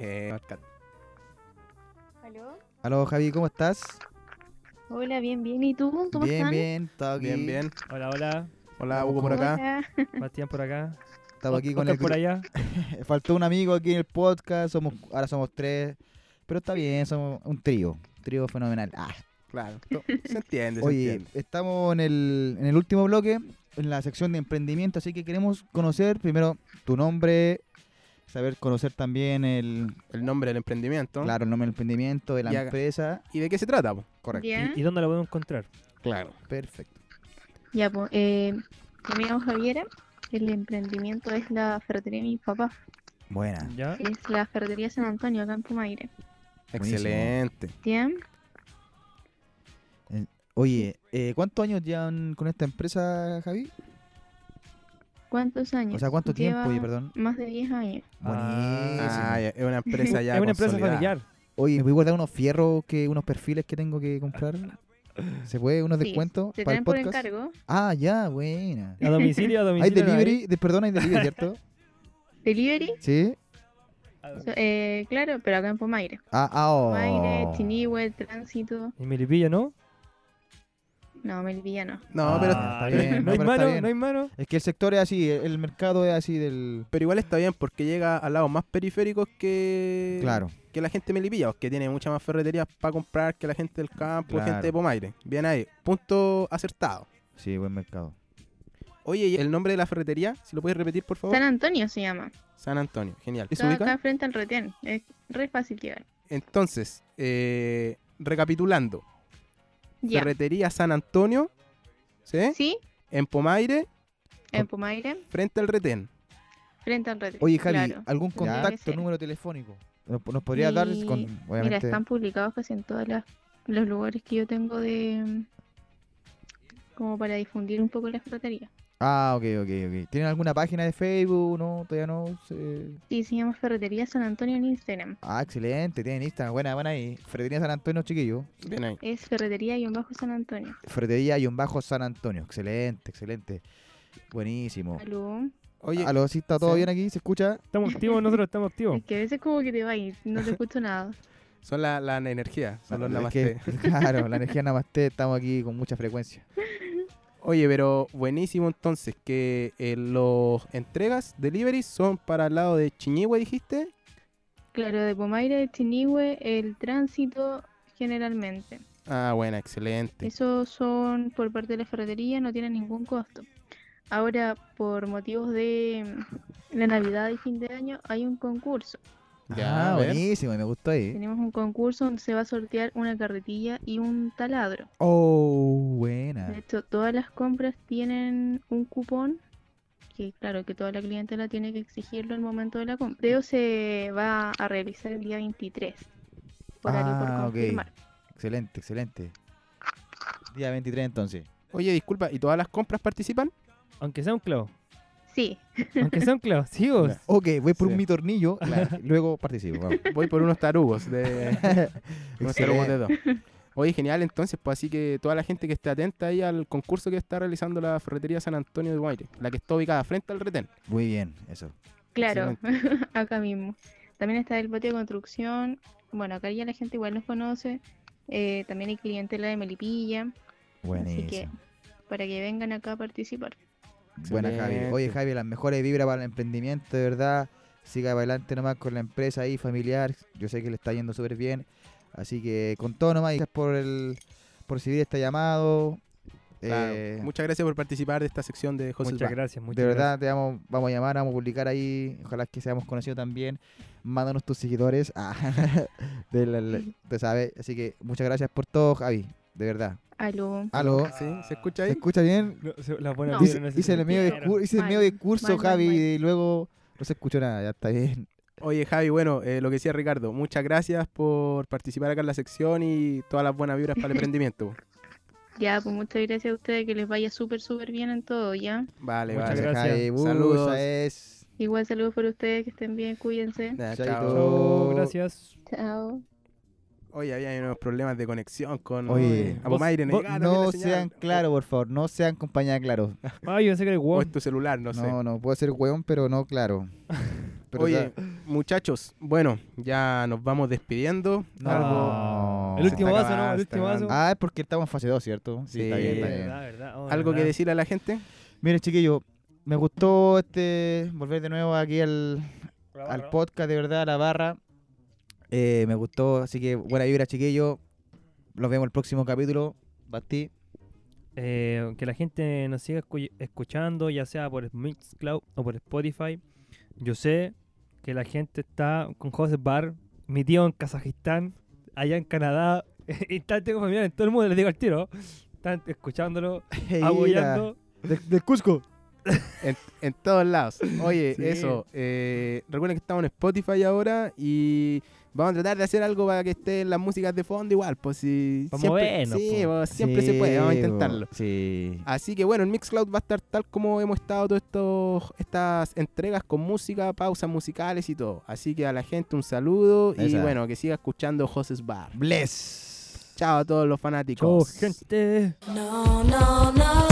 B: Eh, Arcad.
F: ¿Aló?
C: Aló, Javi, ¿cómo estás?
F: Hola, bien, bien. ¿Y tú? ¿Cómo
C: bien,
F: están?
C: bien, todo aquí.
B: bien, bien.
D: Hola, hola.
B: Hola, Hugo por acá.
F: Hola.
D: Bastián por acá.
C: Estaba aquí con
D: Oscar
C: el
D: por allá.
C: Faltó un amigo aquí en el podcast, somos, ahora somos tres, pero está bien, somos un trío, trío fenomenal. Ah,
B: Claro, to- se entiende, se
C: oye,
B: entiende.
C: estamos en el, en el último bloque, en la sección de emprendimiento, así que queremos conocer primero tu nombre, saber conocer también el,
B: El nombre del emprendimiento.
C: claro, el nombre del emprendimiento, de la
B: Y haga-
C: empresa.
B: ¿Y de qué se trata? po?
C: Correcto,
F: Ya,
D: ¿Y dónde la podemos encontrar?
B: Claro.
C: perfecto.
F: ya, pues. Eh, yo me llamo Javiera. El emprendimiento es la ferretería de mis papás.
C: Buena.
D: ¿Ya?
F: Es la ferretería San Antonio, acá en Pumaire.
C: Buenísimo.
B: Excelente.
F: ¿Ya?
C: Oye, eh, ¿cuántos años llevan con esta empresa, Javi?
F: ¿Cuántos años?
C: O sea, ¿cuánto tiempo?
F: Lleva
C: Oye, perdón.
F: Más de 10 años.
C: Buenísimo.
B: Ah, ya, es una empresa ya
D: es una empresa
B: consolidada.
D: familiar.
C: Oye,
F: Em.
C: ¿me voy a guardar unos fierros, que, unos perfiles que tengo que comprar? ¿Se puede? ¿Unos
F: Sí,
C: descuentos
F: Se
C: para
F: traen
C: el
F: por
C: podcast?
F: encargo.
C: Ah, ya, buena.
D: A domicilio, a
C: Hay
D: domicilio.
C: delivery, de, perdón, hay delivery, ¿cierto?
F: Delivery.
C: ¿Sí?
F: so- eh, claro, pero acá en Pumaire.
C: Ah, ah, oh.
F: Pumaire, Chinihue, Tránsito.
D: Y Melipilla, ¿no?
F: No, Melvilla no.
B: No, pero,
C: Ah,
B: pero-
C: está bien,
D: no
C: no,
D: hay
C: pero está
D: mano,
C: bien.
D: no hay mano.
C: Es que el sector es así, e, el, el mercado es así del...
B: pero igual está bien porque llega a lados más periféricos que,
C: Claro.
B: que la gente de Melipilla, que tiene muchas más ferreterías para comprar que la gente del campo,
C: Claro.
B: gente de Pomaire. Bien ahí, punto acertado.
C: Sí, buen mercado.
B: Oye, ¿y el nombre de la ferretería? Si lo puedes repetir, por
C: Oh.
B: favor.
F: San Antonio se llama.
B: San Antonio, genial. ¿Y se
F: Está
B: ubica?
F: acá frente al retén. Es re fácil llegar.
B: Entonces, eh, recapitulando,
F: Ya.
B: ferretería San Antonio, ¿sí?
F: ¿Sí?
B: En Pomaire,
F: En Pumaire.
B: frente al retén.
F: Frente al retén.
C: Oye, Javi,
F: claro.
C: ¿algún
F: tendría que
C: contacto,
F: ser.
C: número telefónico? ¿Nos, nos podría dar
F: Y-
C: con,
F: Mira,
C: obviamente...
F: están publicados casi en todos los lugares que yo tengo de... como para difundir un poco la ferretería.
C: Ah, ok, ok, ok. ¿Tienen alguna página de Facebook? No, todavía no. sé.
F: Sí, se llama Ferretería San Antonio en Instagram.
C: Ah, excelente, tienen Instagram, buena, buena ahí. Ferretería San Antonio, chiquillo.
B: Bien ahí.
F: Es Ferretería-San Antonio.
C: Ferretería y un bajo San Antonio. Excelente, excelente. Buenísimo.
F: Aló.
B: Oye,
C: Aló, ¿sí está todo
B: sí.
C: bien aquí? ¿Se escucha?
D: Estamos activos, nosotros estamos activos.
F: Es que a veces como que te va a ir, no te escucho nada.
B: son las la energías, son los
C: Ah, Es
B: namastés.
C: que- claro, la energía Namaste, estamos aquí con mucha frecuencia.
B: Oye, pero buenísimo entonces que eh, los entregas, deliveries, son para el lado de Chiñihue, dijiste.
F: Claro, de Pomaire, de Chinihue, el tránsito generalmente.
B: Ah, buena, excelente.
F: Esos son por parte de la ferretería, no tienen ningún costo. Ahora, por motivos de mm, la Navidad y fin de año, hay un concurso.
B: Ya,
C: ah,
B: a ver.
C: buenísimo, me gustó ahí.
F: Tenemos un concurso donde se va a sortear una carretilla y un taladro.
C: Oh,
F: De
C: buena.
F: hecho, todas las compras tienen un cupón que, claro, que toda la clientela tiene que exigirlo al momento de la compra. El sorteo se va a realizar el día 23. Horario por
C: Ah, ok.
F: confirmar.
C: Excelente, excelente. Día 23 entonces.
B: Oye, disculpa, ¿y todas las compras participan?
D: Aunque sea un clavo.
F: Sí,
D: Aunque son clavos, sí, vos.
B: Ya.
C: Ok, voy por
B: Sí.
C: mi tornillo, claro, y luego participo. Vamos.
B: Voy por unos tarugos de, unos tarugos de
C: Excelente.
B: dos. Oye, genial entonces, pues así que toda la gente que esté atenta ahí al concurso que está realizando la ferretería San Antonio de Guaire, la que está ubicada frente al retén.
C: Muy bien, eso.
F: claro, acá mismo. También está el patio de construcción. Bueno, acá ya la gente igual nos conoce. Eh, también hay clientela de Melipilla
C: Buenísimo.
F: para que vengan acá a participar.
C: Buena Javi. Oye
B: Excelente.
C: Javi, las mejores vibras para el emprendimiento, de verdad. Siga adelante nomás con la empresa ahí, familiar. Yo sé que le está yendo súper bien. Así que con todo nomás, y gracias por, el, por recibir este llamado.
B: Claro.
C: Eh,
B: Muchas gracias por participar de esta sección de José
D: Muchas
B: Sba.
D: gracias, muchas
C: de
D: gracias.
C: verdad, te vamos, vamos a llamar, vamos a publicar ahí. Ojalá que seamos conocidos también. Mándanos tus seguidores. Ah, de la- la- te sabes. Así que muchas gracias por todo, Javi. De verdad.
F: Aló.
C: Aló.
B: ¿Sí? ¿Se escucha
C: ¿Se
B: ahí?
C: escucha bien?
D: No, se- la buena
F: No.
C: Dice,
D: vibra no se
C: hice el medio
D: sentía.
C: discurso, hice el
F: Mal,
C: medio discurso,
F: mal, mal,
C: Javi,
F: mal.
C: y luego no se escuchó nada, ya está bien.
B: Oye, Javi, bueno, eh, lo que decía Ricardo, muchas gracias por participar acá en la sección y todas las buenas vibras para el emprendimiento.
F: Ya, pues muchas gracias a ustedes, que les vaya súper, súper bien en todo, ¿ya?
B: Vale,
D: Muchas
B: vale.
D: gracias.
C: Javi. Bu,
B: Saludos.
C: esa es.
F: Igual saludos por ustedes, que estén bien, cuídense.
B: Ya,
C: Chaito.
B: chao.
D: Chao, gracias.
F: Chao.
B: Oye, había unos problemas de conexión con
C: Oye,
B: Abu
D: vos-
B: Mayre,
D: vos-
B: negaron la
C: No
B: señal.
C: sean claro, por favor, no sean compañía de claro.
D: Ay, Ah, yo pensé que era el
B: O
D: guau.
B: es tu celular, no,
C: No,
B: sé.
C: no, puedo ser weón, pero no claro. Pero
B: Oye,
C: ya-
B: muchachos, bueno, ya nos vamos despidiendo.
C: No.
B: Algo,
D: El
B: se
D: último
B: está
D: vaso, ¿no? El
B: acabando,
D: último
B: está
D: vaso.
B: acabando.
C: Ah, es porque estamos en fase 2, ¿cierto?
B: Sí,
C: está bien, está bien.
D: Verdad, verdad, oh,
B: eh, ¿Algo que
D: verdad.
B: decirle a la gente.
C: Miren, chiquillos, me gustó este volver de nuevo aquí al,
D: Bravo,
C: al
D: bravo.
C: podcast, de verdad, a la barra. Eh, me gustó, así que buena vibra, chiquillos. Los vemos el próximo capítulo. Basti.
D: Eh, que la gente nos siga escu- escuchando, ya sea por Mixcloud o por Spotify. Yo sé que la gente está con José Bar, mi tío en Kazajistán, allá en Canadá, y está- tengo familiares en todo el mundo, les digo al tiro. Están escuchándolo, apoyando.
C: De, de Cusco.
B: En, en todos lados. Oye,
D: Sí.
B: eso. eh, recuerden que estamos en Spotify ahora y vamos a tratar de hacer algo para que estén las músicas de fondo igual. Pues si
D: Pa'
B: siempre,
D: movernos,
B: sí,
D: po.
B: pues, siempre se puede, vamos a intentarlo. Ah,
C: Sí.
B: Así que bueno, el Mixcloud va a estar tal como hemos estado todas estos- estas entregas con música, pausas musicales y todo. Así que a la gente un saludo y
C: Esa.
B: bueno, que siga escuchando Joses Bar.
C: Bless.
B: Chao a todos los
D: Chau,
B: fanáticos.
D: gente.
E: No, no, no.